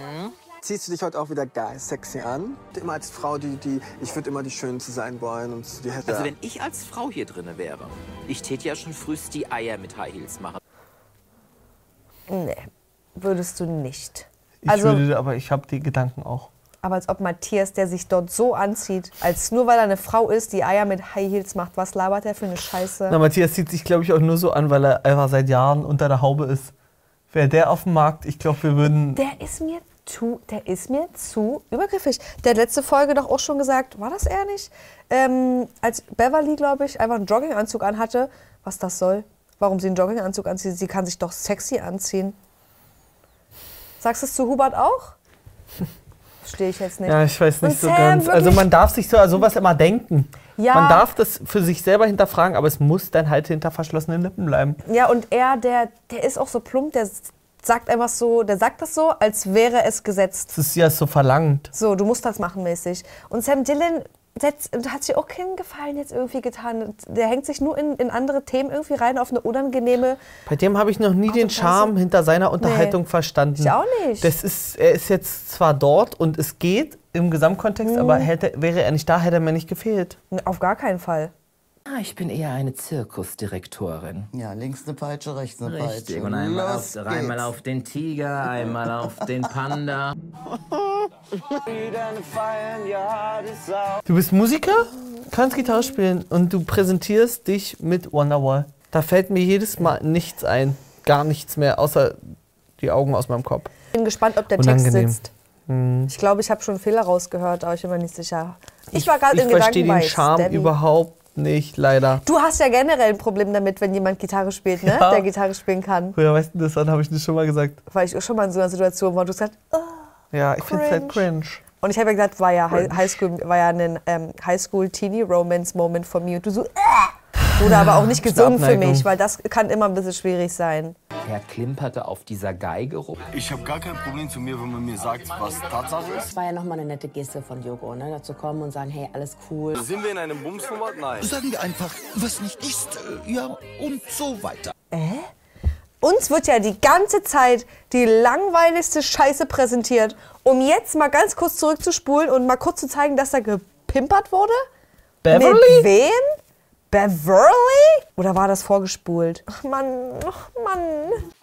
Speaker 23: Ziehst du dich heute auch wieder geil sexy an? Immer als Frau, die, die ich würde immer die Schönste sein wollen und die hätte.
Speaker 20: Also wenn ich als Frau hier drinne wäre, ich täte ja schon frühst die Eier mit High Heels machen.
Speaker 1: Nee, würdest du nicht.
Speaker 2: ich
Speaker 1: also,
Speaker 2: würde, aber ich habe die Gedanken auch.
Speaker 1: aber als ob Matthias, der sich dort so anzieht, als nur weil er eine Frau ist, die Eier mit High Heels macht, was labert er für eine Scheiße?
Speaker 2: Na, Matthias zieht sich, glaube ich, auch nur so an, weil er einfach seit Jahren unter der Haube ist. Wäre der auf dem Markt, ich glaube, wir würden.
Speaker 1: der ist mir zu, der ist mir zu übergriffig. Der hat letzte Folge doch auch schon gesagt, war das er nicht? Ähm, als Beverly, glaube ich, einfach einen Jogginganzug anhatte, was das soll. Warum sie einen Jogginganzug anzieht, sie kann sich doch sexy anziehen. Sagst du es zu Hubert auch? Verstehe ich jetzt nicht.
Speaker 2: Ja, ich weiß nicht
Speaker 1: Und
Speaker 2: so
Speaker 1: Sam,
Speaker 2: ganz. Also
Speaker 1: wirklich-
Speaker 2: man darf sich so an sowas immer denken.
Speaker 1: Ja.
Speaker 2: Man darf das für sich selber hinterfragen, aber es muss dann halt hinter verschlossenen Lippen bleiben.
Speaker 1: Ja, und er, der, der ist auch so plump, der sagt einfach so, der sagt das so, als wäre es gesetzt.
Speaker 2: Das ist ja so verlangt.
Speaker 1: So, du musst das machen mäßig. Und Sam Dillon setzt, hat sich auch keinen Gefallen jetzt irgendwie getan. Der hängt sich nur in, in andere Themen irgendwie rein auf eine unangenehme.
Speaker 2: Bei dem habe ich noch nie den Charme hinter seiner Unterhaltung verstanden.
Speaker 1: Ich auch nicht.
Speaker 2: Das ist, er ist jetzt zwar dort und es geht im Gesamtkontext,
Speaker 1: Mhm.
Speaker 2: aber hätte, wäre er nicht da, hätte er mir nicht gefehlt.
Speaker 1: ne, Auf gar keinen Fall.
Speaker 5: Ah, ich bin eher eine Zirkusdirektorin.
Speaker 8: Ja, links eine Peitsche, rechts eine Peitsche.
Speaker 5: Richtig, und einmal auf,
Speaker 8: Los
Speaker 5: einmal
Speaker 8: geht's.
Speaker 5: auf den Tiger, einmal auf den Panda.
Speaker 2: Du bist Musiker, kannst Gitarre spielen und du präsentierst dich mit Wonderwall. Da fällt mir jedes Mal nichts ein. Gar nichts mehr, außer die Augen aus meinem Kopf.
Speaker 1: Bin gespannt, ob der
Speaker 2: Unangenehm.
Speaker 1: Text sitzt.
Speaker 2: Hm.
Speaker 1: Ich glaube, ich habe schon Fehler rausgehört, aber ich bin mir nicht sicher. Ich war gerade
Speaker 2: Ich
Speaker 1: in Gedanken
Speaker 2: verstehe den
Speaker 1: bei
Speaker 2: Charme
Speaker 1: Stabby.
Speaker 2: überhaupt nicht, leider.
Speaker 1: Du hast ja generell ein Problem damit, wenn jemand Gitarre spielt, ne?
Speaker 2: Ja.
Speaker 1: der Gitarre spielen kann.
Speaker 2: Woher weißt du das an? Habe ich das schon mal gesagt?
Speaker 1: Weil ich auch schon mal in so einer Situation war, und du hast gesagt,
Speaker 2: Ja, ich finde es halt cringe.
Speaker 1: Und ich habe ja gesagt, war ja, Hi-
Speaker 2: Cringe.
Speaker 1: Highschool, war ja ein ähm, Highschool-Teenie-Romance-Moment von mir. Und du so, äh! Wurde aber auch nicht
Speaker 5: Ist eine
Speaker 1: gesungen für
Speaker 5: Abneigung.
Speaker 1: mich, weil das kann immer ein bisschen schwierig sein.
Speaker 5: Er klimperte auf dieser Geige rum.
Speaker 18: Ich habe gar kein Problem zu mir, wenn man mir sagt, was Tatsache ist.
Speaker 22: Das war ja nochmal eine nette Geste von Joko, ne? dazu kommen und sagen, hey, alles cool.
Speaker 18: Sind wir in einem Bumsformat? Nein.
Speaker 13: Sagen wir einfach, was nicht ist, äh, ja, und so weiter.
Speaker 1: Äh? Uns wird ja die ganze Zeit die langweiligste Scheiße präsentiert, um jetzt mal ganz kurz zurückzuspulen und mal kurz zu zeigen, dass da gepimpert wurde?
Speaker 2: Beverly?
Speaker 1: Mit wem? Beverly? Oder war das vorgespult? Ach Mann, ach Mann.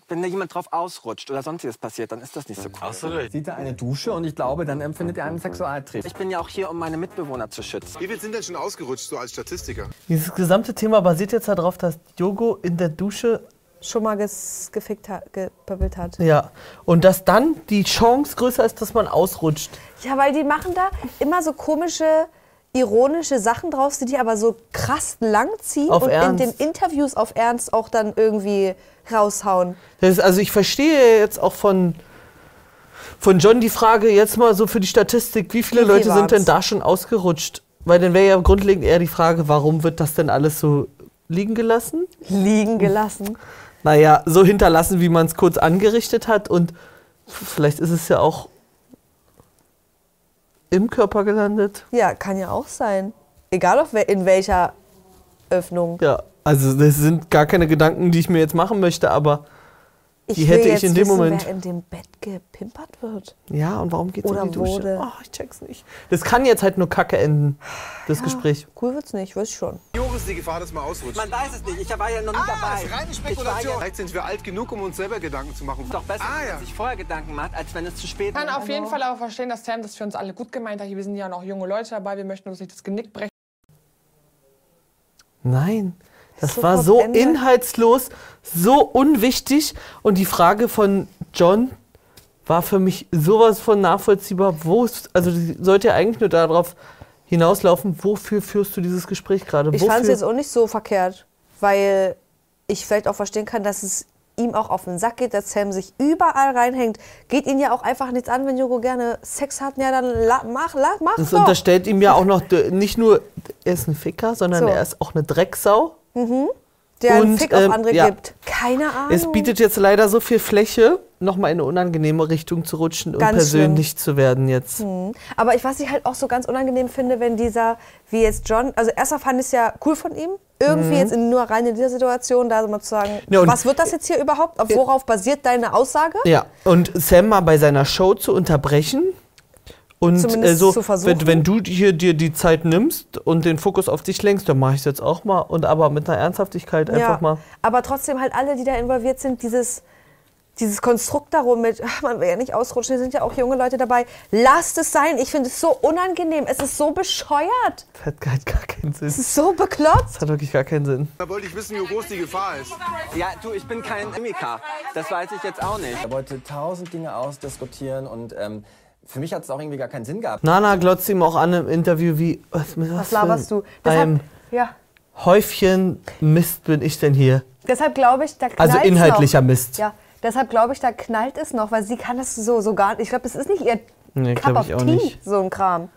Speaker 8: Wenn da jemand drauf ausrutscht oder sonstiges passiert, dann ist das nicht so cool.
Speaker 18: Sieht er eine Dusche und ich glaube, dann empfindet er einen Sexualtrieb.
Speaker 8: Ich bin ja auch hier, um meine Mitbewohner zu schützen.
Speaker 7: Wie viel sind denn schon ausgerutscht, so als Statistiker?
Speaker 2: Dieses gesamte Thema basiert jetzt darauf, dass Jogo in der Dusche.
Speaker 1: Schon mal ges gefickt hat, gepöppelt hat.
Speaker 2: Ja. Und dass dann die Chance größer ist, dass man ausrutscht.
Speaker 1: Ja, weil die machen da immer so komische, ironische Sachen draus, die die aber so krass langziehen
Speaker 2: Auf
Speaker 1: und
Speaker 2: Ernst.
Speaker 1: in den Interviews auf Ernst auch dann irgendwie raushauen.
Speaker 2: Das ist, also ich verstehe jetzt auch von, von John die Frage jetzt mal so für die Statistik, wie viele
Speaker 1: Wie viel
Speaker 2: Leute sind
Speaker 1: waren's?
Speaker 2: denn da schon ausgerutscht? Weil dann wäre ja grundlegend eher die Frage, warum wird das denn alles so liegen gelassen?
Speaker 1: Liegen gelassen.
Speaker 2: Naja, so hinterlassen, wie man es kurz angerichtet hat und vielleicht ist es ja auch im Körper gelandet.
Speaker 1: Ja, kann ja auch sein. Egal auf wel in welcher Öffnung.
Speaker 2: Ja, also das sind gar keine Gedanken, die ich mir jetzt machen möchte, aber die hätte
Speaker 1: will
Speaker 2: ich in
Speaker 1: jetzt
Speaker 2: dem
Speaker 1: wissen,
Speaker 2: Moment.
Speaker 1: Wer in dem Bett gepimpert wird.
Speaker 2: Ja, und warum geht's
Speaker 1: Oder
Speaker 2: in die Dusche?
Speaker 1: wurde.
Speaker 2: Oh, ich check's nicht. Das kann jetzt halt nur Kacke enden, das
Speaker 1: Ja,
Speaker 2: Gespräch.
Speaker 1: Cool wird's nicht, weiß ich schon.
Speaker 7: Joris ist die Gefahr, dass man ausrutscht.
Speaker 8: Man weiß es nicht, ich war ja noch nie
Speaker 7: Ah,
Speaker 8: dabei.
Speaker 7: ist reine
Speaker 8: Ich
Speaker 7: Spekulation.
Speaker 8: war ja
Speaker 7: Vielleicht sind wir alt genug, um uns selber Gedanken zu machen.
Speaker 8: doch besser,
Speaker 7: Ah,
Speaker 8: wenn
Speaker 7: ja.
Speaker 8: man sich vorher Gedanken macht, als wenn es zu spät
Speaker 15: Ich kann auf
Speaker 3: Also
Speaker 15: jeden Fall auch verstehen, dass Sam das für uns alle gut gemeint hat. Hier sind ja noch junge Leute dabei, wir möchten uns nicht das Genick brechen.
Speaker 2: Nein. Das
Speaker 15: So
Speaker 2: war so
Speaker 15: verblendet.
Speaker 2: inhaltslos, so unwichtig. Und die Frage von John war für mich sowas von nachvollziehbar. Wo ist, also die sollte ja eigentlich nur darauf hinauslaufen, wofür führst du dieses Gespräch gerade?
Speaker 1: Ich
Speaker 2: Wofür-
Speaker 1: fand's jetzt auch nicht so verkehrt, weil ich vielleicht auch verstehen kann, dass es ihm auch auf den Sack geht, dass Sam sich überall reinhängt. Geht ihn ja auch einfach nichts an, wenn Joko gerne Sex hat. Ja, dann la, mach, la, mach
Speaker 2: Das
Speaker 1: doch.
Speaker 2: unterstellt ihm ja auch noch, d- nicht nur, er ist ein Ficker, sondern
Speaker 1: So.
Speaker 2: er ist auch eine Drecksau.
Speaker 1: Mhm. Der einen
Speaker 2: Und,
Speaker 1: Fick auf
Speaker 2: ähm,
Speaker 1: andere
Speaker 2: ja.
Speaker 1: gibt. Keine Ahnung.
Speaker 2: Es bietet jetzt leider so viel Fläche, nochmal in eine unangenehme Richtung zu rutschen und
Speaker 1: Ganz
Speaker 2: persönlich zu werden jetzt.
Speaker 1: Mhm. Aber ich, was ich halt auch so ganz unangenehm finde, wenn dieser, wie jetzt John, also erstmal fand ich es ja cool von ihm, irgendwie
Speaker 2: Mhm.
Speaker 1: jetzt in, nur rein in dieser Situation da so mal zu sagen,
Speaker 2: Ja, und-
Speaker 1: was wird das jetzt hier überhaupt, Auf worauf basiert deine Aussage?
Speaker 2: Ja, und Sam mal bei seiner Show zu unterbrechen. Und
Speaker 1: Zumindest
Speaker 2: äh, so,
Speaker 1: zu versuchen.
Speaker 2: wenn, wenn du hier dir die Zeit nimmst und den Fokus auf dich lenkst, dann mache ich es jetzt auch mal. Und aber mit einer Ernsthaftigkeit einfach mal.
Speaker 1: Aber trotzdem halt alle, die da involviert sind, dieses, dieses Konstrukt darum mit, ach, man will ja nicht ausrutschen, hier sind ja auch junge Leute dabei. Lasst es sein, ich finde es so unangenehm, es ist so bescheuert,
Speaker 2: Das hat halt gar keinen Sinn.
Speaker 1: es ist so bekloppt.
Speaker 2: Das hat wirklich gar keinen Sinn.
Speaker 8: Da wollte ich wissen, wie groß die Gefahr ist. Ja, du, ich bin kein Mimiker. Das weiß ich jetzt auch nicht.
Speaker 14: Er wollte tausend Dinge ausdiskutieren und ähm, für mich hat es auch irgendwie gar keinen Sinn gehabt.
Speaker 2: Nana glotzt ihm auch an im Interview, wie. Was,
Speaker 1: Was
Speaker 2: für
Speaker 1: laberst du? Deshalb-
Speaker 2: Ein
Speaker 1: Ja,
Speaker 2: Häufchen Mist bin ich denn hier.
Speaker 1: Deshalb glaube ich, da knallt
Speaker 2: Also inhaltlicher
Speaker 1: noch.
Speaker 2: Mist.
Speaker 1: Ja, deshalb glaube ich, da knallt es noch, weil sie kann das so, so gar nicht. Ich glaube, das ist nicht ihr
Speaker 2: Nee,
Speaker 1: Cup
Speaker 2: glaube
Speaker 1: of
Speaker 2: ich auch
Speaker 1: Tea,
Speaker 2: nicht.
Speaker 1: so ein Kram.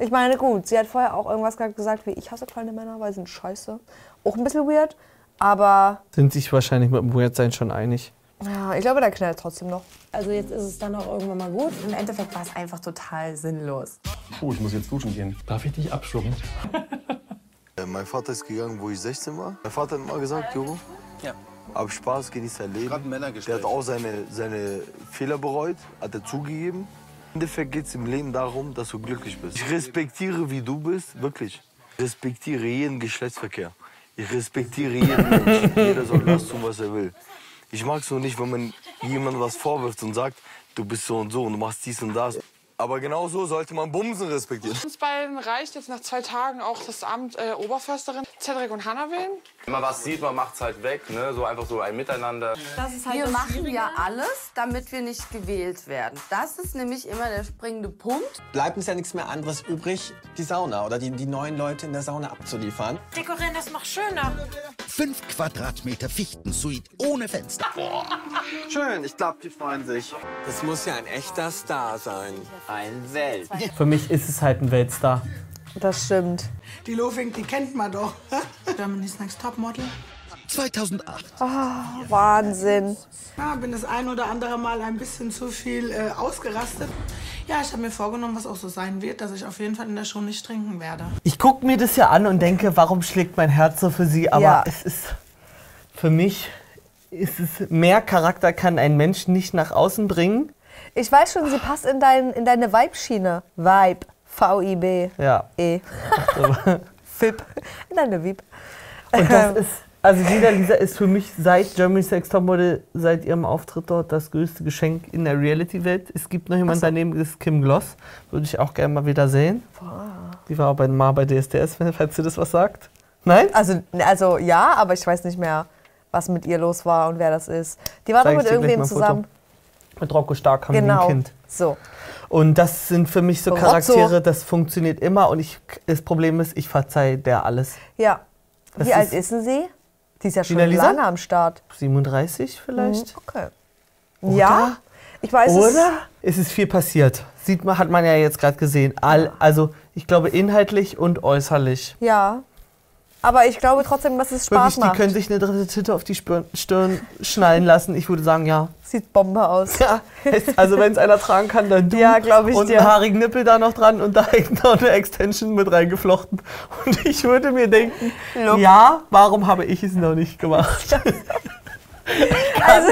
Speaker 1: Ich meine, gut, sie hat vorher auch irgendwas gerade gesagt, wie ich hasse kleine Männer, weil sie sind scheiße. Auch ein bisschen weird, aber
Speaker 2: Sind sich wahrscheinlich mit dem Weirdsein schon einig.
Speaker 1: ja, ich glaube, da knallt trotzdem noch.
Speaker 9: Also jetzt ist es dann auch irgendwann mal gut. Im Endeffekt war es einfach total sinnlos.
Speaker 18: Oh, ich muss jetzt duschen gehen. Darf ich dich abschlucken?
Speaker 11: Äh, Mein Vater ist gegangen, wo ich 16 war. Mein Vater hat immer gesagt, Juro,
Speaker 9: Ja.
Speaker 11: hab Spaß, genieß dein Leben. Der hat auch seine, seine Fehler bereut, hat er zugegeben. Im Endeffekt geht es im Leben darum, dass du glücklich bist. Ich respektiere, wie du bist, wirklich. Ich respektiere jeden Geschlechtsverkehr. Ich respektiere jeden Menschen. Jeder soll das tun, was er will. Ich mag es nur nicht, wenn man jemandem was vorwirft und sagt, du bist so und so und du machst dies und das. Aber genau so sollte man Bumsen respektieren.
Speaker 15: Uns beiden reicht jetzt nach zwei Tagen auch das Amt äh, Oberförsterin. Cedric und Hannah wählen.
Speaker 12: Wenn man was sieht, man macht's halt weg, ne? So einfach so ein Miteinander.
Speaker 25: halt
Speaker 24: wir machen ja alles, damit wir nicht gewählt werden. Das ist nämlich immer der springende Punkt.
Speaker 23: Bleibt uns ja nichts mehr anderes übrig, die Sauna oder die, die neuen Leute in der Sauna abzuliefern.
Speaker 19: Dekorieren das noch schöner.
Speaker 13: Fünf Quadratmeter Fichtensuite ohne Fenster.
Speaker 23: Schön, ich glaube, die freuen sich. Das muss ja ein echter Star sein. Ein Welt.
Speaker 2: Für mich ist es halt ein Weltstar.
Speaker 1: Das stimmt.
Speaker 25: Die Loving, die kennt man doch. Germany's Next Topmodel.
Speaker 13: 2008.
Speaker 1: Ah, Wahnsinn.
Speaker 25: Ja, bin das ein oder andere Mal ein bisschen zu viel äh, ausgerastet. Ja, ich habe mir vorgenommen, was auch so sein wird, dass ich auf jeden Fall in der Show nicht trinken werde.
Speaker 2: Ich gucke mir das ja an und denke, warum schlägt mein Herz so für sie? Aber
Speaker 25: Ja.
Speaker 2: es ist für mich ist es mehr Charakter kann ein Mensch nicht nach außen bringen.
Speaker 1: Ich weiß schon, sie passt in, dein, in deine Vibe-Schiene. Vibe. V-I-B.
Speaker 2: Ja.
Speaker 1: E. Fib. In deine Vibe. Ähm,
Speaker 2: Und
Speaker 1: Äh.
Speaker 2: das ist also jeder Lisa ist für mich seit Germany's Next Topmodel seit ihrem Auftritt dort das größte Geschenk in der Reality-Welt. Es gibt noch jemanden
Speaker 1: Ach so.
Speaker 2: daneben, das ist Kim Gloss, würde ich auch gerne mal wieder sehen. Die war bei, mal bei DSDS, wenn- falls sie das was sagt. Nein?
Speaker 1: Also, also ja, aber ich weiß nicht mehr, was mit ihr los war und wer das ist. Die war doch
Speaker 2: Zeig ich
Speaker 1: mit
Speaker 2: dir gleich mal
Speaker 1: irgendwem
Speaker 2: ein Foto.
Speaker 1: zusammen.
Speaker 2: Mit Rocco Stark haben
Speaker 1: Genau.
Speaker 2: die ein Kind.
Speaker 1: So.
Speaker 2: Und das sind für mich so
Speaker 1: Rotzo.
Speaker 2: Charaktere, das funktioniert immer und ich, das Problem ist, ich verzeihe der alles.
Speaker 1: Ja.
Speaker 2: Das
Speaker 1: Wie alt
Speaker 2: ist-
Speaker 1: ist denn sie? Die ist ja schon
Speaker 2: Gina Lisa?
Speaker 1: lange am Start.
Speaker 2: 37 vielleicht?
Speaker 1: Mhm, Okay. Ja, ich weiß es.
Speaker 2: Oder? Es ist viel passiert. Sieht man, hat man ja jetzt gerade gesehen. All, also ich glaube inhaltlich und äußerlich.
Speaker 1: Ja. Aber ich glaube trotzdem, dass es Spaß
Speaker 2: Wirklich, die
Speaker 1: macht.
Speaker 2: können sich eine dritte Tinte auf die Spir- Stirn schnallen lassen. Ich würde sagen, ja.
Speaker 1: Sieht Bombe aus.
Speaker 2: Ja, also wenn es einer tragen kann, dann du. Ja, glaube
Speaker 1: ich
Speaker 2: Und
Speaker 1: dir.
Speaker 2: einen haarigen Nippel da noch dran und da hängt noch eine Extension mit reingeflochten. Und ich würde mir denken,
Speaker 1: Look.
Speaker 2: ja, warum habe ich es noch nicht gemacht?
Speaker 1: Also,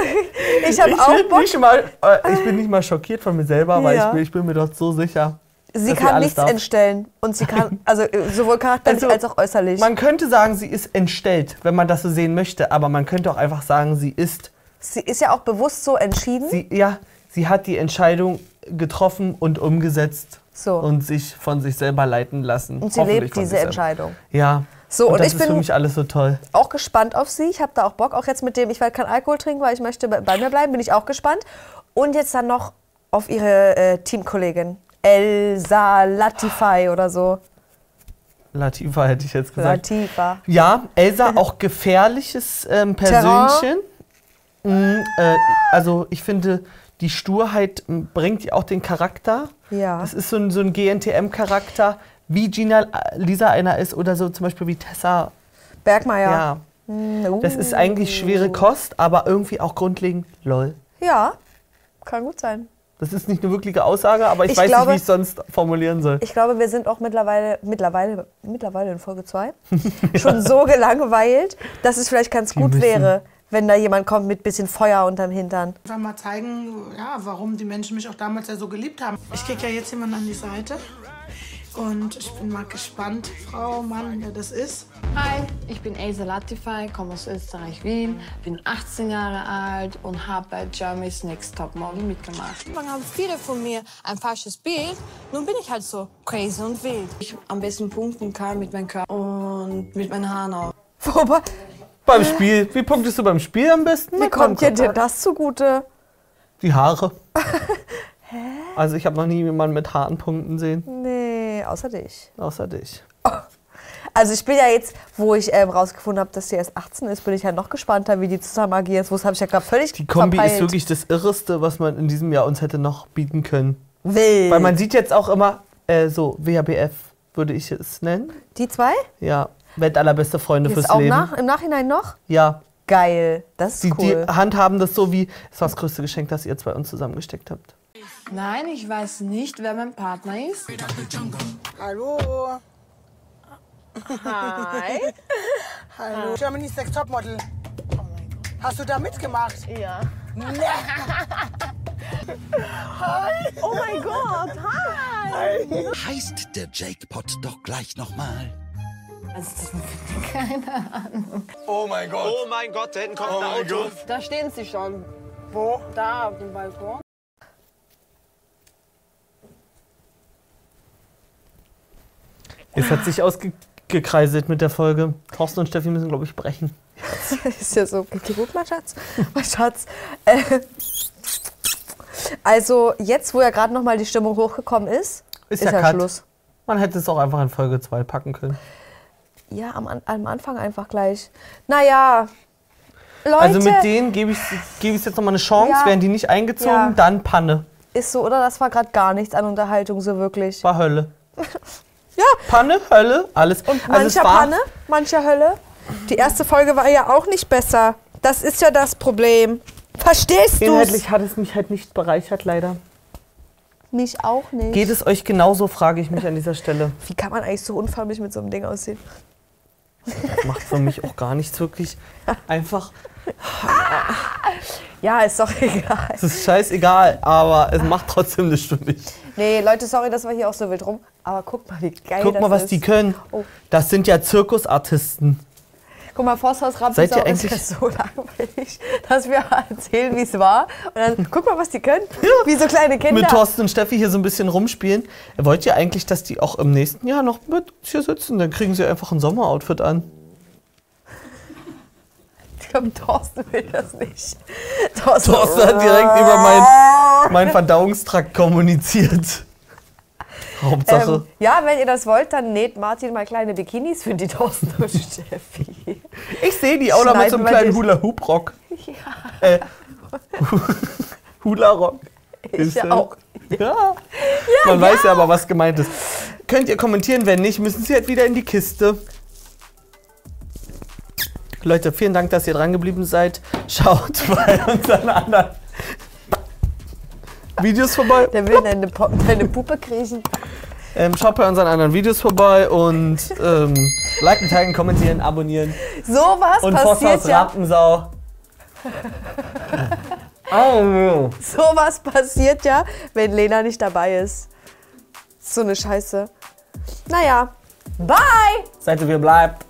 Speaker 1: ich habe auch
Speaker 2: bin
Speaker 1: Bock.
Speaker 2: Nicht mal, äh, ich bin nicht mal schockiert von mir selber, aber
Speaker 1: Ja.
Speaker 2: ich, bin- ich bin mir doch so sicher.
Speaker 1: Sie
Speaker 2: dass
Speaker 1: kann
Speaker 2: alles
Speaker 1: nichts
Speaker 2: darf. Also
Speaker 1: entstellen. Und sie kann, also äh, sowohl charakterlich als auch äußerlich.
Speaker 2: Man könnte sagen, sie ist entstellt, wenn man das so sehen möchte, aber man könnte auch einfach sagen, sie ist.
Speaker 1: Sie ist ja auch bewusst so entschieden.
Speaker 2: Sie, ja, sie hat die Entscheidung getroffen und umgesetzt
Speaker 1: So.
Speaker 2: und sich von sich selber leiten lassen.
Speaker 1: Und sie
Speaker 2: Hoffentlich
Speaker 1: lebt
Speaker 2: von
Speaker 1: diese
Speaker 2: sich selber.
Speaker 1: Entscheidung.
Speaker 2: Ja.
Speaker 1: So, und
Speaker 2: das
Speaker 1: ich
Speaker 2: ist für
Speaker 1: bin-
Speaker 2: mich alles so toll.
Speaker 1: Auch gespannt auf sie. Ich habe da auch Bock. Auch jetzt mit dem, ich werde keinen Alkohol trinken, weil ich möchte bei- bei mir bleiben, bin ich auch gespannt. Und jetzt dann noch auf ihre äh, Teamkollegin. Elsa Latify oder so.
Speaker 2: Latifa hätte ich jetzt gesagt.
Speaker 1: Latifa.
Speaker 2: Ja, Elsa, auch gefährliches ähm,
Speaker 1: Terrain.
Speaker 2: Persönchen. Mm, äh, also ich finde, die Sturheit m, bringt ja auch den Charakter.
Speaker 1: Ja.
Speaker 2: Das ist so ein, so ein GNTM-Charakter, wie Gina äh, Lisa einer ist oder so zum Beispiel wie Tessa.
Speaker 1: Bergmeier. Mm, uh.
Speaker 2: Ja. Das ist eigentlich schwere Kost, aber irgendwie auch grundlegend lol.
Speaker 1: Ja, kann gut sein.
Speaker 2: Das ist nicht eine wirkliche Aussage, aber ich,
Speaker 1: Ich
Speaker 2: weiß
Speaker 1: glaube-
Speaker 2: nicht, wie ich es sonst formulieren soll.
Speaker 1: Ich glaube, wir sind auch mittlerweile, mittlerweile, mittlerweile in Folge 2 schon so gelangweilt, dass es vielleicht ganz
Speaker 2: Die
Speaker 1: gut
Speaker 2: müssen-
Speaker 1: wäre, wenn da jemand kommt mit bisschen Feuer unterm Hintern.
Speaker 25: Einfach mal zeigen, ja, warum die Menschen mich auch damals ja so geliebt haben. Ich krieg ja jetzt jemanden an die Seite. Und ich bin mal gespannt, Frau, Mann, wer das ist.
Speaker 24: Hi, ich bin Elsa Latify, komme aus Österreich-Wien, bin 18 Jahre alt und habe bei Germany's Next Top Model mitgemacht.
Speaker 21: Anfang haben viele von mir ein falsches Bild. Nun bin ich halt so crazy und wild. Ich am besten punkten kann mit meinem Körper und mit meinen Haaren auch.
Speaker 1: Wobei,
Speaker 2: Beim Spiel, wie punktest du beim Spiel am besten?
Speaker 1: wie
Speaker 2: Mit
Speaker 1: kommt dir
Speaker 2: Kommkommt.
Speaker 1: denn das zugute?
Speaker 2: Die Haare. Also ich habe noch nie jemanden mit Haaren punkten sehen,
Speaker 1: Nee, außer dich.
Speaker 2: außer dich.
Speaker 1: Also ich bin ja jetzt, wo ich ähm, rausgefunden habe, dass sie erst 18 ist, bin ich ja noch gespannter, wie die zusammen agieren. Das habe ich ja gerade völlig
Speaker 2: Die Kombi
Speaker 1: verpeilt.
Speaker 2: ist wirklich das Irreste, was man in diesem Jahr uns hätte noch bieten können.
Speaker 1: Wild.
Speaker 2: Weil man sieht jetzt auch immer, Äh, so, WHBF würde ich es nennen.
Speaker 1: Die zwei?
Speaker 2: Ja, Welt allerbeste Freunde fürs
Speaker 1: Jetzt auch
Speaker 2: Leben.
Speaker 1: nach, im Nachhinein noch?
Speaker 2: Ja.
Speaker 1: Geil, das ist
Speaker 2: die,
Speaker 1: cool.
Speaker 2: Die handhaben das so wie, es war das größte Geschenk, das ihr zwei uns zusammengesteckt habt.
Speaker 24: Nein, ich weiß nicht, wer mein Partner ist.
Speaker 25: Hallo. Hi. Oh
Speaker 19: Ah.
Speaker 25: Hallo. Germany's Next Topmodel.
Speaker 19: Oh
Speaker 25: Hast du da mitgemacht? Ja. Hi. Oh mein Gott. Hi.
Speaker 13: Heißt der Jackpot doch gleich nochmal.
Speaker 24: Keine Ahnung.
Speaker 3: Oh mein Gott. Oh mein Gott, da hinten kommt ein Auto.
Speaker 24: Da stehen sie schon. Wo? Da auf dem Balkon.
Speaker 2: Es hat sich ausgekreiselt mit der Folge. Thorsten und Steffi müssen, glaube ich, brechen.
Speaker 1: ist ja so. Geht dir gut, mein Schatz? Mein Schatz. Äh, also jetzt, wo ja gerade nochmal die Stimmung hochgekommen ist, ist, ja,
Speaker 2: Cut.
Speaker 1: Schluss.
Speaker 2: Man hätte es auch einfach in Folge 2 packen können.
Speaker 1: Ja, am, An- am Anfang einfach gleich. Naja, Leute,
Speaker 2: Also mit denen gebe ich es jetzt nochmal eine Chance.
Speaker 1: Ja.
Speaker 2: Wären die nicht eingezogen,
Speaker 1: Ja.
Speaker 2: dann Panne.
Speaker 1: ist so, oder? Das war gerade gar nichts an Unterhaltung, so wirklich.
Speaker 2: War Hölle.
Speaker 1: Ja.
Speaker 2: Panne, Hölle, alles. Also Und
Speaker 1: Mancher Panne, mancher Hölle. Die erste Folge war ja auch nicht besser. Das ist ja das Problem. Verstehst du?
Speaker 2: Inhaltlich hat es mich halt nicht bereichert, leider.
Speaker 1: Mich auch nicht.
Speaker 2: Geht es euch genauso, frage ich mich an dieser Stelle.
Speaker 1: Wie kann man eigentlich so unförmig mit so einem Ding aussehen?
Speaker 2: Macht für mich auch gar nichts wirklich. Einfach,
Speaker 1: Ja, ist doch egal.
Speaker 2: es ist scheißegal, aber es macht trotzdem nichts für mich.
Speaker 1: Nee, Leute, sorry, das war hier auch so wild rum. Aber guck mal, wie geil
Speaker 2: Guck
Speaker 1: das
Speaker 2: mal, was
Speaker 1: ist.
Speaker 2: die können.
Speaker 1: Oh.
Speaker 2: Das sind ja Zirkusartisten.
Speaker 1: Guck mal, Forsthaus Rampensau
Speaker 2: Seid ihr
Speaker 1: ist
Speaker 2: eigentlich-
Speaker 1: ja so langweilig, dass wir erzählen, wie es war. Und dann guck mal, was die können. Wie so kleine Kinder.
Speaker 2: Mit Thorsten und Steffi hier so ein bisschen rumspielen. Wollt ihr eigentlich, dass die auch im nächsten Jahr noch mit uns hier sitzen? Dann kriegen sie einfach ein Sommeroutfit an.
Speaker 1: Ich glaube, Thorsten will das nicht.
Speaker 2: Thorsten hat direkt über mein, meinen Verdauungstrakt kommuniziert. Hauptsache.
Speaker 1: Ähm, ja, wenn ihr das wollt, dann näht Martin mal kleine Bikinis für die Thorsten und Steffi.
Speaker 2: Ich sehe die auch noch mit so einem kleinen Hula-Hoop-Rock.
Speaker 1: Ja.
Speaker 2: Äh, Hula-Rock.
Speaker 1: Ich
Speaker 2: Ist das-
Speaker 1: auch.
Speaker 2: Ja. Man weiß ja aber, was gemeint ist. Könnt ihr kommentieren, wenn nicht, müssen sie halt wieder in die Kiste. Leute, vielen Dank, dass ihr dran geblieben seid. Schaut bei unseren anderen Videos vorbei.
Speaker 1: Der will deine, Po- deine Puppe kriechen.
Speaker 2: Ähm, schaut bei unseren anderen Videos vorbei und ähm, liken, teilen, kommentieren, abonnieren.
Speaker 1: Sowas
Speaker 2: und
Speaker 1: passiert
Speaker 2: Vosshaus
Speaker 1: ja.
Speaker 2: Rampensau. oh.
Speaker 1: Sowas passiert ja, wenn Lena nicht dabei ist. So eine Scheiße. Naja. Bye!
Speaker 2: Seid ihr, wie ihr bleibt.